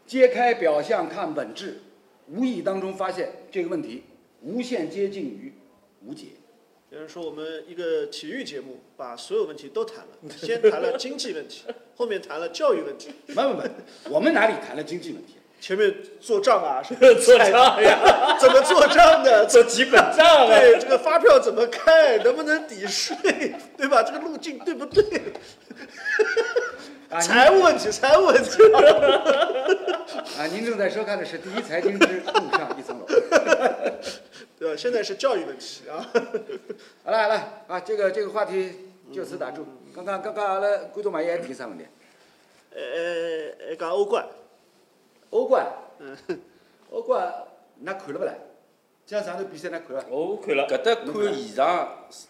A: 揭开表象看本质，无意当中发现这个问题无限接近于无解。 [laughs]
B: 有人说我们一个体育节目把所有问题都谈了，先谈了经济问题，后面谈了教育问题，
A: 没没没，我们哪里谈了经济问题？
B: 前面做账啊，什么
D: 做账
B: [laughs]
D: 呀，
B: 怎么做账的，
D: 做几本账啊，
B: 对这个发票怎么开，能不能抵税，对吧？这个路径对不对？
A: 啊，您
B: 财务问题，财务问题，
A: 啊，您正在收看的是《第一财经之路上一层楼》。
B: 对吧？现在是教育问题啊，
A: 好了好了啊，这个这个话题就此打住。刚刚刚刚阿拉观众朋友还提啥问题？
B: 呃呃呃，讲欧冠，
A: 欧冠，[laughs]
D: 嗯
A: 欧冠，㑚看了不啦？今朝上头比赛㑚看了伐？
D: 我看了，
C: 搿搭看现场直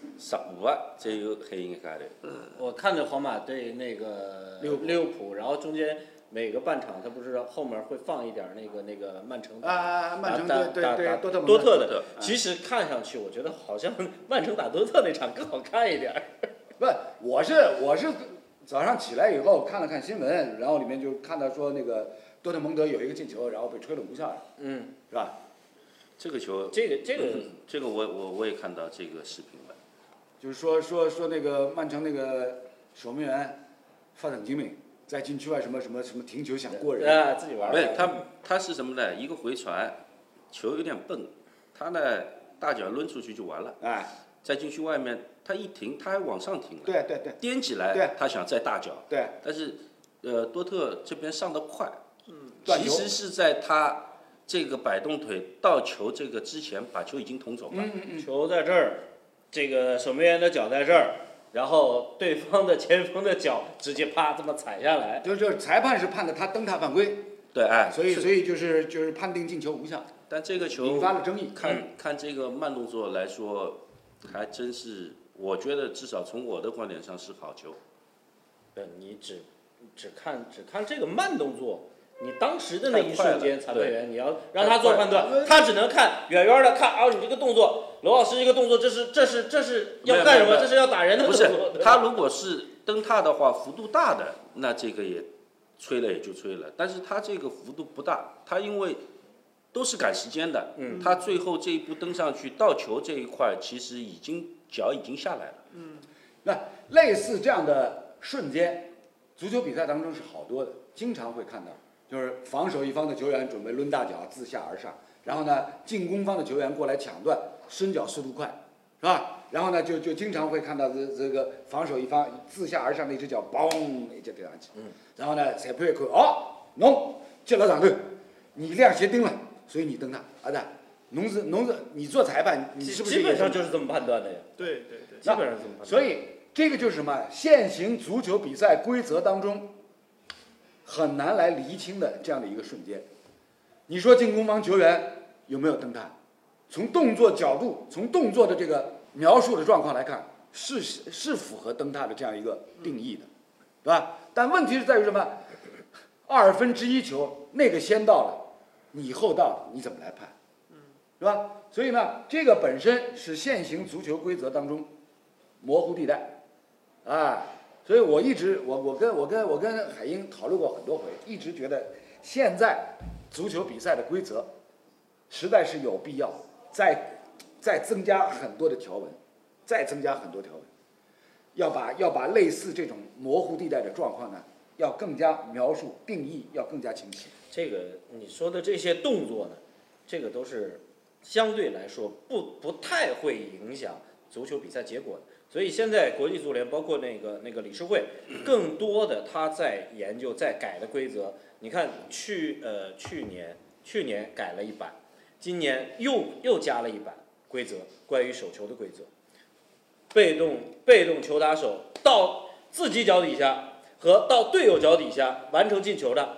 C: 播个，才有海印一家头。
D: 我看着皇马对那个
A: 利物浦
D: 利物浦，然后中间每个半场他不是后面会放一点那个那个曼城的
A: 啊，曼城
D: 打
A: 对对
D: 打
A: 对
D: 打
A: 多特蒙德
D: 多特
C: 多特嗯
D: 的，其实看上去我觉得好像曼城打多特那场更好看一点儿。
A: 不，我是我是早上起来以后看了看新闻，然后里面就看到说那个多特蒙德有一个进球，然后被吹了无效，
D: 嗯，
A: 是吧？
C: 这个球，嗯
D: 这个这
A: 嗯
D: 个
C: 这个我我我也看到这个视频了。
A: 就是说说说那个曼城那个守门员发神经病，在禁区外什么什么什么停球想过人，
D: 啊自己玩儿
C: 不是
D: 吧
C: 他他是什么呢？一个回传，球有点笨，他呢大脚抡出去就完了，
A: 哎，
C: 在禁区外面他一停，他还往上停了，
A: 对对对
C: 颠起
A: 对
C: 来，他想再大脚，
A: 对，
C: 但是呃多特这边上的快，嗯
A: 断
C: 其
A: 球
C: 实是在他这个摆动腿到球这个之前，把球已经捅走
A: 嗯
C: 了。
D: 球在这儿，这个守门员的脚在这儿，然后对方的前锋的脚直接啪这么踩下来，
A: 就就是裁判是判的他蹬踏犯规，
C: 对，哎，
A: 所以
C: 是
A: 所以就是就是判定进球无效，
C: 但这个
A: 引
C: 球
A: 发了争议。嗯
C: 看看这个慢动作来说，还真是，我觉得至少从我的观点上是好球。
D: 呃对，你只只看只看这个慢动作，你当时的那一瞬间，
C: 太快
D: 裁
C: 了
D: 判员你要让
C: 太快
D: 他做
C: 了
D: 判断，他只能看远远的看，哦，你这个动作，罗老师这个动作，这是这是这是要干
C: 没有
D: 什
C: 没
D: 么？
C: 有
D: 这是要打人的
C: 不
D: [laughs] 动
C: 是
D: 作。对吧
C: 他如果是蹬踏的话，幅度大的，那这个也吹了也就吹了。但是他这个幅度不大，他因为都是赶时间的，嗯，他最后这一步蹬上去到球这一块，其实已经脚已经下来了。
A: 那类似这样的瞬间，足球比赛当中是好多的，经常会看到，就是防守一方的球员准备抡大脚自下而上，然后呢，进攻方的球员过来抢断，伸脚速度快，是吧？然后呢，就就经常会看到这这个防守一方自下而上的一只脚，嘣，一脚顶上去。嗯。然后呢，裁判一看，哦，侬进了场头，你亮鞋钉了，所以你蹬他，啊对，侬是侬是你做裁判，你
D: 基
A: 是不是
D: 基本
A: 也
D: 上
A: 么
D: 就是这么判断的呀？
B: 对对对，
D: 基本上是这么判断。
A: 所以这个就是什么？现行足球比赛规则当中很难来厘清的这样的一个瞬间。你说进攻方球员有没有蹬踏？从动作角度，从动作的这个描述的状况来看，是是符合蹬踏的这样一个定义的，对吧？但问题是在于什么？二分之一球那个先到了，你后到了，你怎么来判？是吧？所以呢，这个本身是现行足球规则当中模糊地带，啊，所以我一直我我跟我跟我跟海英讨论过很多回，一直觉得现在足球比赛的规则实在是有必要再再增加很多的条文，再增加很多条文，要把要把类似这种模糊地带的状况呢，要更加描述定义要更加清晰。
D: 这个你说的这些动作呢，这个都是相对来说不不太会影响足球比赛结果的。所以现在国际足联包括那个那个理事会，更多的他在研究在改的规则。你看去呃去年去年改了一版，今年又又加了一版规则，关于手球的规则，被动被动球打手到自己脚底下和到队友脚底下完成进球的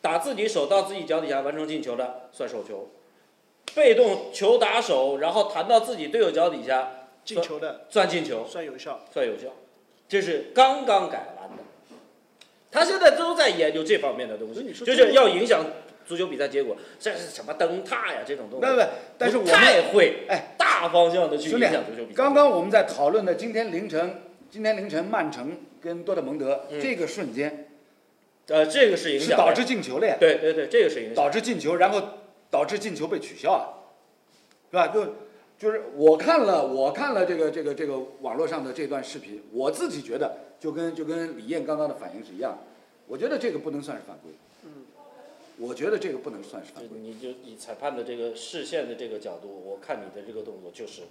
D: 打自己手到自己脚底下完成进球的算手球，被动球打手，然后弹到自己队友脚底下
B: 进球的
D: 算进球，
B: 算有效，
D: 算有效。这是刚刚改完的，他现在都在研究这方面的东
B: 所以
D: 西，
B: 你说
D: 就
B: 这
D: 是
B: 个
D: 要影响足球比赛结果。这是什么蹬踏呀这种东
A: 不不
D: 西，，
A: 但是我
D: 不
A: 们
D: 太会
A: 哎
D: 大方向的去
A: 兄
D: 影
A: 弟
D: 响足球比赛。
A: 刚刚我们在讨论的今天凌晨，今天凌晨曼城跟多特蒙德、
D: 嗯
A: 这个瞬间
D: 呃，这个是影
A: 是
D: 响
A: 导
D: 的，
A: 致进球了呀，
D: 对对对，这个是影响。
A: 导致进球，然后导致进球被取消啊，是吧？就就是我看了我看了这个这个这个网络上的这段视频，我自己觉得就跟就跟李艳刚刚的反应是一样的，我觉得这个不能算是犯规。嗯，我觉得这个不能算是犯
D: 就
A: 规。
D: 你就以裁判的这个视线的这个角度，我看你的这个动作就是，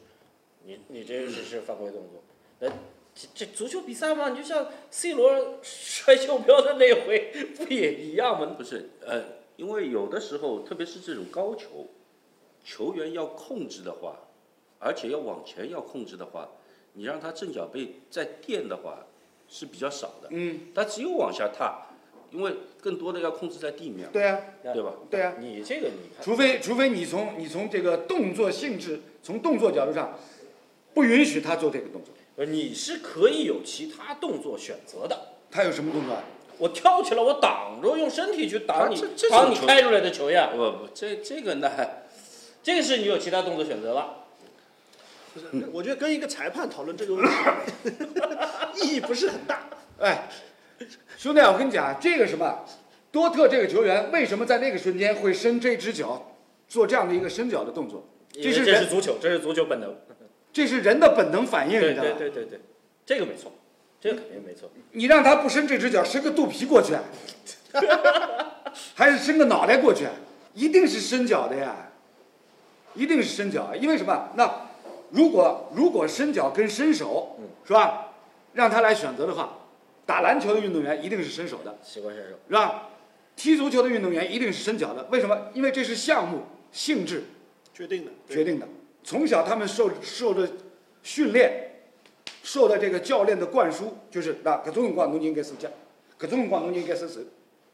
D: 你你这是是犯规动作。那这这足球比赛嘛，你就像 C 罗摔袖标的那回，不也一样吗？
C: 不是，呃，因为有的时候，特别是这种高球，球员要控制的话，而且要往前要控制的话，你让他正脚背再垫的话是比较少的，
A: 嗯，
C: 他只有往下踏，因为更多的要控制在地面，
A: 对啊，
C: 对吧？
A: 对啊。
D: 你这个你看，
A: 除非除非你从你从这个动作性质，从动作角度上，不允许他做这个动作。
D: 呃你是可以有其他动作选择的。
A: 他有什么动作啊？
D: 我跳起来，我挡着，用身体去挡
C: 啊
D: 你
C: 这这，
D: 挡
C: 种
D: 你
C: 球
D: 开出来的球呀。
C: 不不，这这个呢，
D: 这个是你有其他动作选择了。
B: 不是我觉得跟一个裁判讨论这个问题 [laughs] 意义不是很大。
A: 哎，兄弟啊，我跟你讲，这个什么，多特这个球员为什么在那个瞬间会伸这只脚，做这样的一个伸脚的动作？这是
D: 这是
A: 人，
D: 足球，这是足球本能。
A: 这是人的本能反应，你
D: 对
A: 知道
D: 对
A: 吧？
D: 对嗯对对，这个没错，这个肯定没错。
A: 你让他不伸这只脚，伸个肚皮过去啊，还是伸个脑袋过去啊？一定是伸脚的呀，一定是伸脚啊，因为什么？那如果如果伸脚跟伸手，
D: 嗯
A: 是吧？让他来选择的话，打篮球的运动员一定是伸手的，
D: 习惯伸手。
A: 是吧？踢足球的运动员一定是伸脚的，为什么？因为这是项目性质
B: 决定的，对
A: 决定的，从小他们受受的训练，受的这个教练的灌输，就是那搿种辰光侬就应该手脚，搿种辰光侬就应该收手，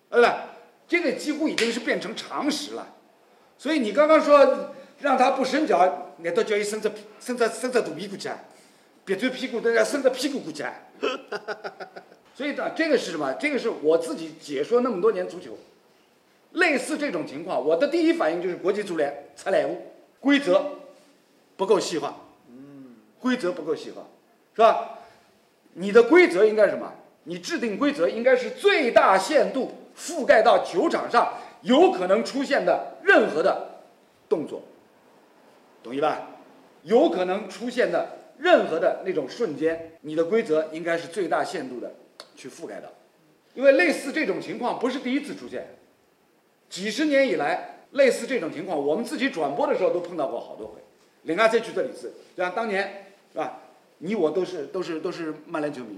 A: 对吧？这个几乎已经是变成常识了。所以你刚刚说让他不伸脚，难道叫伊伸只伸只伸只大屁股去啊？别转屁股，让他伸只屁股过去啊？所以呢，这个是什么？这个是我自己解说那么多年足球，类似这种情况，我的第一反应就是国际足联才来物，规则不够细化，规则不够细化，是吧？你的规则应该是什么？你制定规则应该是最大限度覆盖到球场上有可能出现的任何的动作，懂意吧？有可能出现的任何的那种瞬间，你的规则应该是最大限度的去覆盖到，因为类似这种情况不是第一次出现，几十年以来，类似这种情况，我们自己转播的时候都碰到过好多回。零二 C 去这里次，对吧？当年是吧？你我都是都是都是曼联球迷，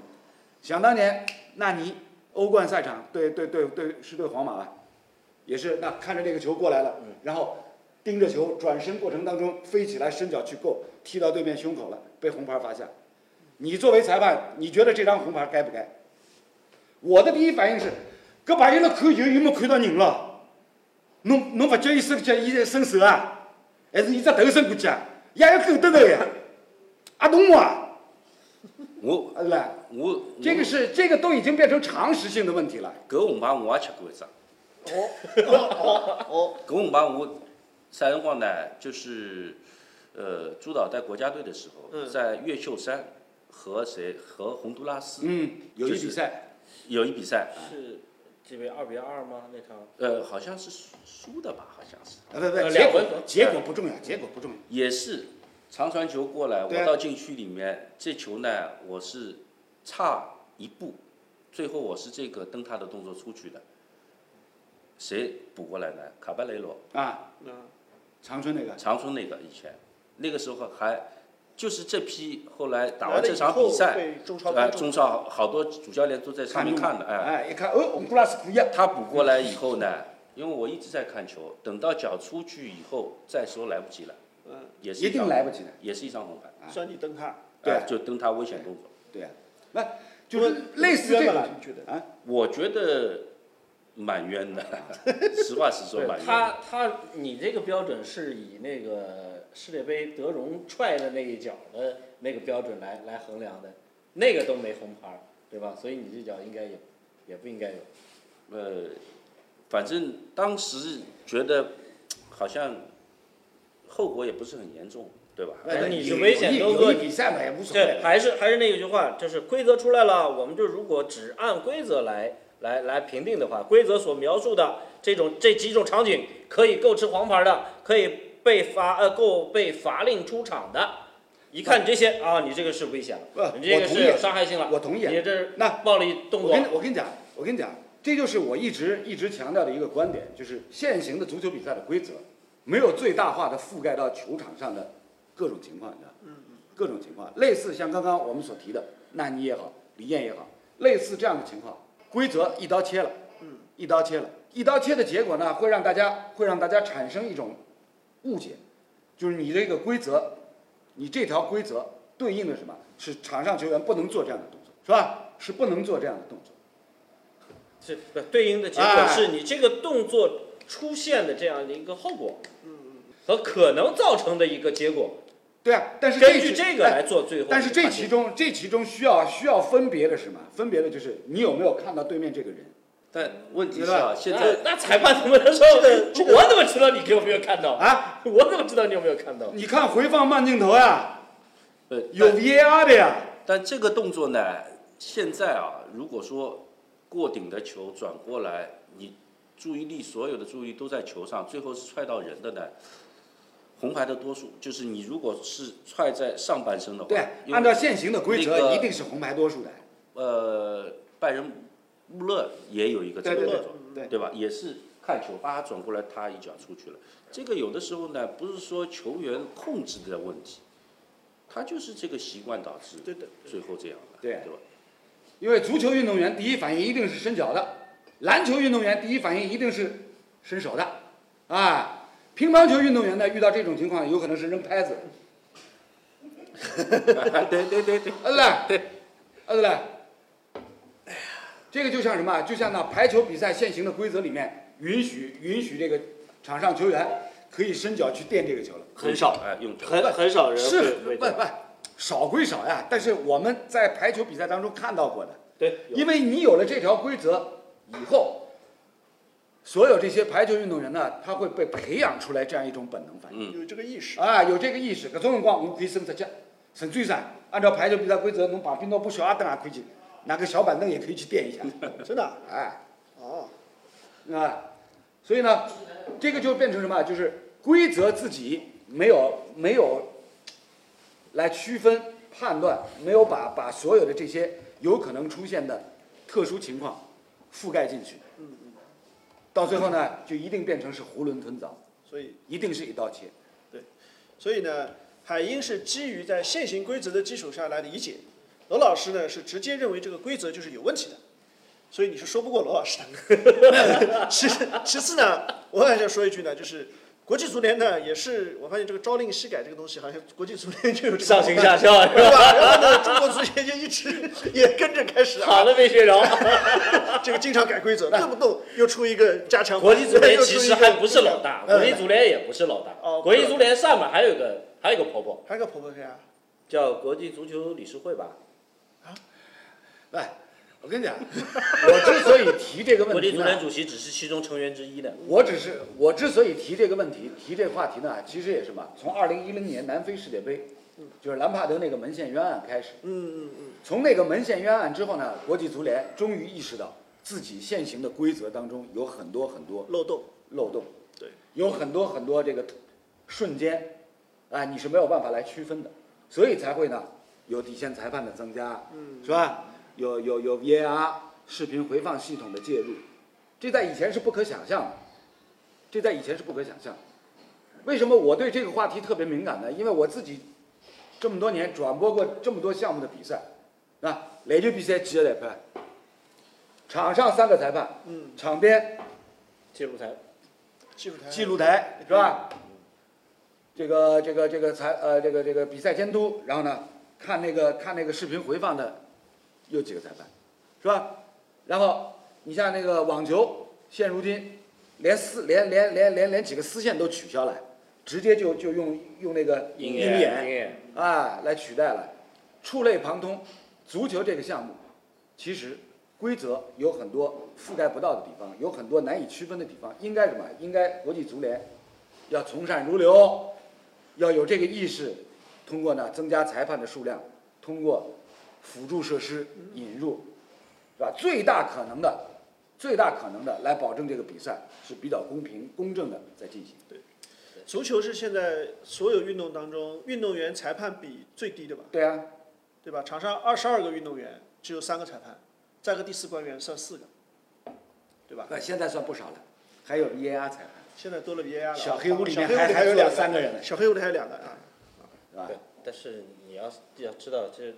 A: 想当年纳尼欧冠赛场对对对对是对皇马吧，也是那看着这个球过来了，然后盯着球转身过程当中飞起来伸脚去够，踢到对面胸口了，被红牌罚下。你作为裁判，你觉得这张红牌该不该？我的第一反应是，搿朋友了看球有没有看到人了？侬侬勿叫伊伸脚，伊伸手啊，还是伊只头伸过去啊？伊也要够得的呀，阿东 [laughs] 啊，
C: 我
A: 啊是吧？
C: 我
A: 这个
C: 我
A: 是这个都已经变成常识性的问题了。
C: 搿红牌我也吃过一张。
B: 哦，
C: 搿红牌我啥辰光呢？就是呃，朱导带国家队的时候，
B: 嗯
C: 在越秀山和谁和洪都拉斯
A: 嗯，友谊
C: 就是
A: 比赛，
C: 有一比赛，
D: 是几比二比二吗？那场
C: 呃，好像是输的吧，好像是，
A: 啊不不，
D: 呃
A: 结
D: 两
A: 果
D: 回合
A: 结果不重要，结果不重要。
C: 也是长传球过来，我
A: 对啊
C: 到禁区里面，这球呢我是差一步，最后我是这个蹬踏的动作出去的，谁补过来呢？卡巴雷罗。
A: 啊，
D: 嗯
B: 那
A: 长春那个，
C: 长春那个以前，那个时候还就是这批后来打
B: 来
C: 完
B: 了
C: 这
B: 以
C: 场
B: 后
C: 比赛，
B: 被中超
C: 哎，
B: 中
C: 中超好多主教练都在上面
A: 看
C: 看的，哎，
A: 哎，一看哦，洪都拉斯可以啊，
C: 他补过来以后呢，因为我一直在看球，等到脚出去以后再说来不及了，
B: 嗯，
C: 也是
A: 一定
C: 张
A: 来不及的。
C: 也是一张红牌，
B: 算你蹬他，
A: 对啊
C: 哎就蹬他危险动作。
A: 对呀，那就是类似这
B: 冤吧
A: 个
B: 你觉得
A: 啊，
C: 我觉得蛮冤的， [laughs] 实话实说蛮冤的。
D: 他他你这个标准是以那个世界杯德容踹的那一脚的那个标准来来衡量的，那个都没红牌，对吧？所以你这脚应该有，也不应该有。
C: 呃，反正当时觉得好像后果也不是很严重，对吧？
D: 哎
A: 那
D: 你是
A: 友谊
D: 危险动作
A: 友谊比赛嘛也无所谓
D: 对，
A: 了。
D: 还是还是那句话，就是规则出来了，我们就如果只按规则来来来评定的话，规则所描述的这种这几种场景，可以够吃黄牌的，可以被罚呃够被罚令出场的。一看你这些啊，你这个是危险了，
A: 不
D: 你这
A: 我
D: 个
A: 同
D: 是
A: 意
D: 有伤害性了，
A: 我同意
D: 你这是
A: 那
D: 暴力动
A: 我
D: 作
A: 跟你我跟你讲，我跟你讲，这就是我一直一直强调的一个观点，就是现行的足球比赛的规则没有最大化的覆盖到球场上的各种情况，你知道吗？各种情况，类似像刚刚我们所提的纳尼也好，李艳也好，类似这样的情况，规则一刀切了，一刀切了，一刀切的结果呢，会让大家会让大家产生一种误解，就是你这个规则，你这条规则对应的什么是场上球员不能做这样的动作，是吧？是不能做这样的动作。
D: 是不对应的结果
A: 哎
D: 是你这个动作出现的这样的一个后果，
A: 嗯
D: 和可能造成的一个结果，
A: 对啊，但是
D: 根据
A: 这
D: 这个来
A: 哎
D: 做最后的
A: 但
D: 判定。
A: 是这其中这其中需要需要分别的是什么？分别的就是你有没有看到对面这个人
C: 但问题是
A: 对吧
C: 啊，现在
D: 呃那那裁判怎么能说？我怎么知道你有没有看到？
A: 啊？
D: 我怎么知道你有没有看到？
A: 你看回放慢镜头呀，
C: 呃
A: 有
C: 但
A: VAR 的呀。
C: 但这个动作呢，现在啊，如果说过顶的球转过来，你注意力所有的注意力都在球上，最后是踹到人的呢。红牌的多数就是你如果是踹在上半身的话，
A: 对啊，
C: 因为
A: 按照现行的规
C: 那
A: 则，
C: 个
A: 一定是红牌多数的。
C: 呃，拜仁穆勒也有一个这
A: 对
C: 个
A: 对
C: 动
A: 对
C: 作，
A: 对，
C: 对吧？也是看球，啊，转过来，他一脚出去了。这个有的时候呢，不是说球员控制的问题，他就是这个习惯导致
B: 对的，
C: 最后这样的，
A: 对
C: 吧？
A: 因为足球运动员第一反应一定是伸脚的，篮球运动员第一反应一定是伸手的，啊，乒乓球运动员呢遇到这种情况有可能是扔拍子，
D: [laughs]
C: 对对对对，
A: 啊对了，对，啊对了，这个就像什么啊？就像那排球比赛现行的规则里面允许允许这个场上球员可以伸脚去垫这个球了，嗯
D: 很少
C: 哎，用
D: 很很少人
A: 是
D: 会
A: 不
D: 会
A: 不少归少呀，但是我们在排球比赛当中看到过的。
D: 对，
A: 因为你有了这条规则以后，所有这些排球运动员呢，他会被培养出来这样一种本能反应。
C: 嗯
B: 有这个意识。
A: 啊，有这个意识，搿种辰光我们可以伸出脚，伸展噻。按照排球比赛规则，侬旁边拿部小矮凳也可以去，拿个小板凳也可以去垫一下，
B: 真的啊？
A: 哎，
B: 哦，
A: 啊，所以呢，这个就变成什么？就是规则自己没有没有来区分判断，没有把把所有的这些有可能出现的特殊情况覆盖进去，到最后呢，就一定变成是囫囵吞枣，
B: 所以
A: 一定是一刀切。
B: 所以呢，海鹰是基于在现行规则的基础下来理解，罗老师呢是直接认为这个规则就是有问题的，所以你是说不过罗老师的。 [laughs] 其其次呢，我还想说一句呢，就是。国际足联呢，也是我发现这个朝令夕改这个东西，好像国际足联就有这个
D: 上行下效是
B: 对
D: 吧？
B: 吧？然后呢，中国足协就一直 [laughs] 也跟着开始啊，
D: 好的没学着。
B: 这个经常改规则，动不动又出一个加强版。
D: 国
B: [laughs]
D: 际足联其实还不是老大，
B: 嗯
D: 国际足联也不是老
B: 哦
D: 大。国际足联上面还有一个还有一个婆婆，
B: 还有个婆婆谁啊？
D: 叫国际足球理事会吧？
A: 哎，我跟你讲，我之所以提这个问
D: 国际
A: 题
D: 足联
A: 呢，
D: 主席只是其中成员之一的。
A: 我只是我之所以提这个问题，提这个话题呢，其实也是嘛，从二零一零年南非世界杯，就是兰帕德那个门线冤案开始，
B: 嗯嗯嗯嗯，
A: 从那个门线冤案之后呢，国际足联终于意识到自己现行的规则当中有很多很多
B: 漏洞。
A: 漏洞，
B: 对，
A: 有很多很多这个瞬间，哎，你是没有办法来区分的，所以才会呢有底线裁判的增加，嗯，是吧？有有有 VAR 视频回放系统的介入，这在以前是不可想象的，这在以前是不可想象的。为什么我对这个话题特别敏感呢？因为我自己这么多年转播过这么多项目的比赛，啊，垒球比赛几个裁判，场上三个裁判，
B: 嗯，
A: 场边
D: 介入台，
B: 技术台。
A: 记录台是吧？这个这个这个裁呃这个这个比赛监督，然后呢看那个看那个视频回放的有几个裁判，是吧？然后你像那个网球，现如今连丝连连连连连几个丝线都取消了，直接就就用用那个鹰
D: 眼，鹰
A: 眼
D: 眼，
A: 啊来取代了，触类旁通。足球这个项目，其实规则有很多覆盖不到的地方，有很多难以区分的地方，应该什么？应该国际足联要从善如流，要有这个意识，通过呢增加裁判的数量，通过辅助设施引入，是吧？最大可能的，最大可能的来保证这个比赛是比较公平公正的在进行。
B: 足球是现在所有运动当中运动员裁判比最低的吧？
A: 对啊，
B: 对吧？场上二十二个运动员，只有三个裁判，再个第四官员算四个，对吧？
A: 呃，现在算不少了，还有 VAR 裁判，
B: 现在多了 VAR 了。
A: 小黑屋里
B: 小
A: 面
B: 黑屋
A: 还
B: 里
A: 还
B: 有
A: 坐了
B: 两个，
A: 三个人呢，
B: 小黑屋里还有两个啊。
A: 是吧
D: 对？，但是你要要知道，这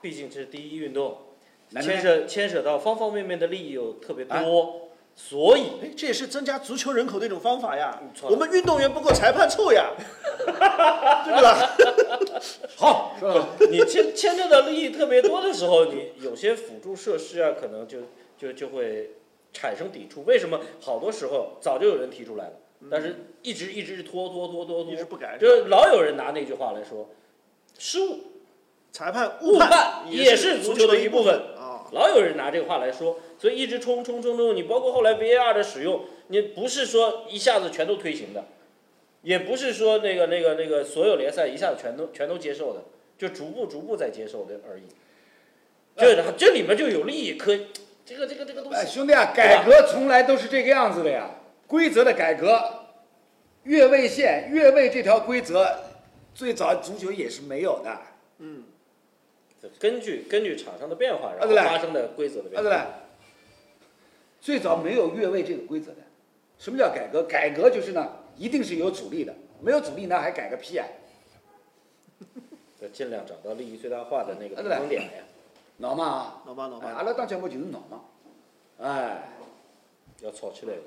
D: 毕竟这是第一运动，
A: 难道
D: 牵涉牵涉到方方面面的利益又特别多，所以
B: 哎，这也是增加足球人口的一种方法呀
D: 嗯。错了
B: 我们运动员不够，裁判凑呀，对吧？
A: 好，说了。
D: 你牵牵扯到利益特别多的时候，你有些辅助设施啊，可能就就就会产生抵触。为什么？好多时候早就有人提出来了，但是一直嗯一直是拖拖拖拖拖
B: 一直，不改。
D: 就是老有人拿那句话来说，失误，
B: 裁判
D: 误判
B: 判
D: 也
B: 是
D: 是足球的
B: 一
D: 一部分
B: 啊。
D: 老有人拿这个话来说，所以一直冲冲冲冲。你包括后来 VAR 的使用，你不是说一下子全都推行的，也不是说那个那个那个所有联赛一下子全都全都接受的，就逐步逐步在接受的而已。这这里面就有利益可，这个这个这个东
A: 哎，
D: 西，
A: 兄弟啊，改革从来都是这个样子的呀。规则的改革，越位线、越位这条规则，最早足球也是没有的。啊，
D: 根据根据场上的变化，然后
A: 对了
D: 发生的规则的变
A: 对
D: 化。
A: 了，最早没有越位这个规则的。什么叫改革？改革就是呢，一定是有阻力的，没有阻力那还改个屁啊！
D: 就尽量找到利益最大化的那个
A: 哎
D: 平
A: 对了
D: 衡点呀，
A: 闹嘛啊，
B: 老妈老
A: 哎
B: 妈
A: 阿，拉当节目就是闹嘛，哎，
D: 要吵起来了。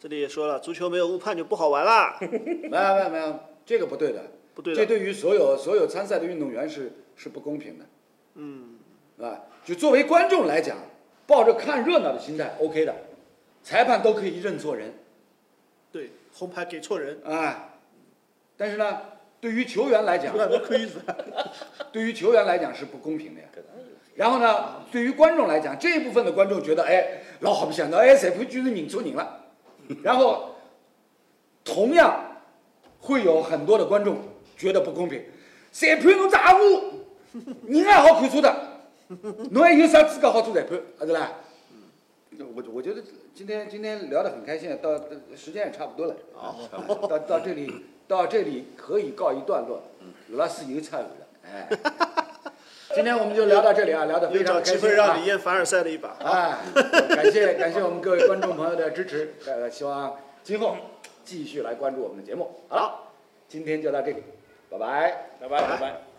B: 这里也说了，足球没有误判就不好玩啦，
A: 没有没有没有，这个不对的。
B: 不对
A: 这
B: 的。
A: 对于所有所有参赛的运动员是是不公平的。嗯，啊，就作为观众来讲，抱着看热闹的心态，OK 的，裁判都可以认错人，
B: 对，红牌给错人，
A: 啊，但是呢，对于球员来讲
B: 有，点亏损。
A: 对于球员来讲是不公平的呀。然后呢，对于观众来讲，这一部分的观众觉得，哎，老好不想到，哎，谁会就是拧出拧了？ [laughs] 然后，同样会有很多的观众觉得不公平，裁判侬 [laughs] 咋误？人也好看错 [laughs] 的，侬还有啥资格好做裁判？啊，对啦？我我觉得今天今天聊得很开心，啊到时间也差不多了，啊，到到这里到这里可以告一段落，罗拉斯又参与了，嗯 [laughs] 哎，今天我们就聊到这里啊，聊得非
B: 又
A: 常
B: 找
A: 开心
B: 机
A: 啊。
B: 会让你验凡尔赛了一把。
A: 啊，感谢感谢我们各位观众朋友的支持，呃，希望今后继续来关注我们的节目。好了，今天就到这里，拜拜。
D: 拜拜拜拜。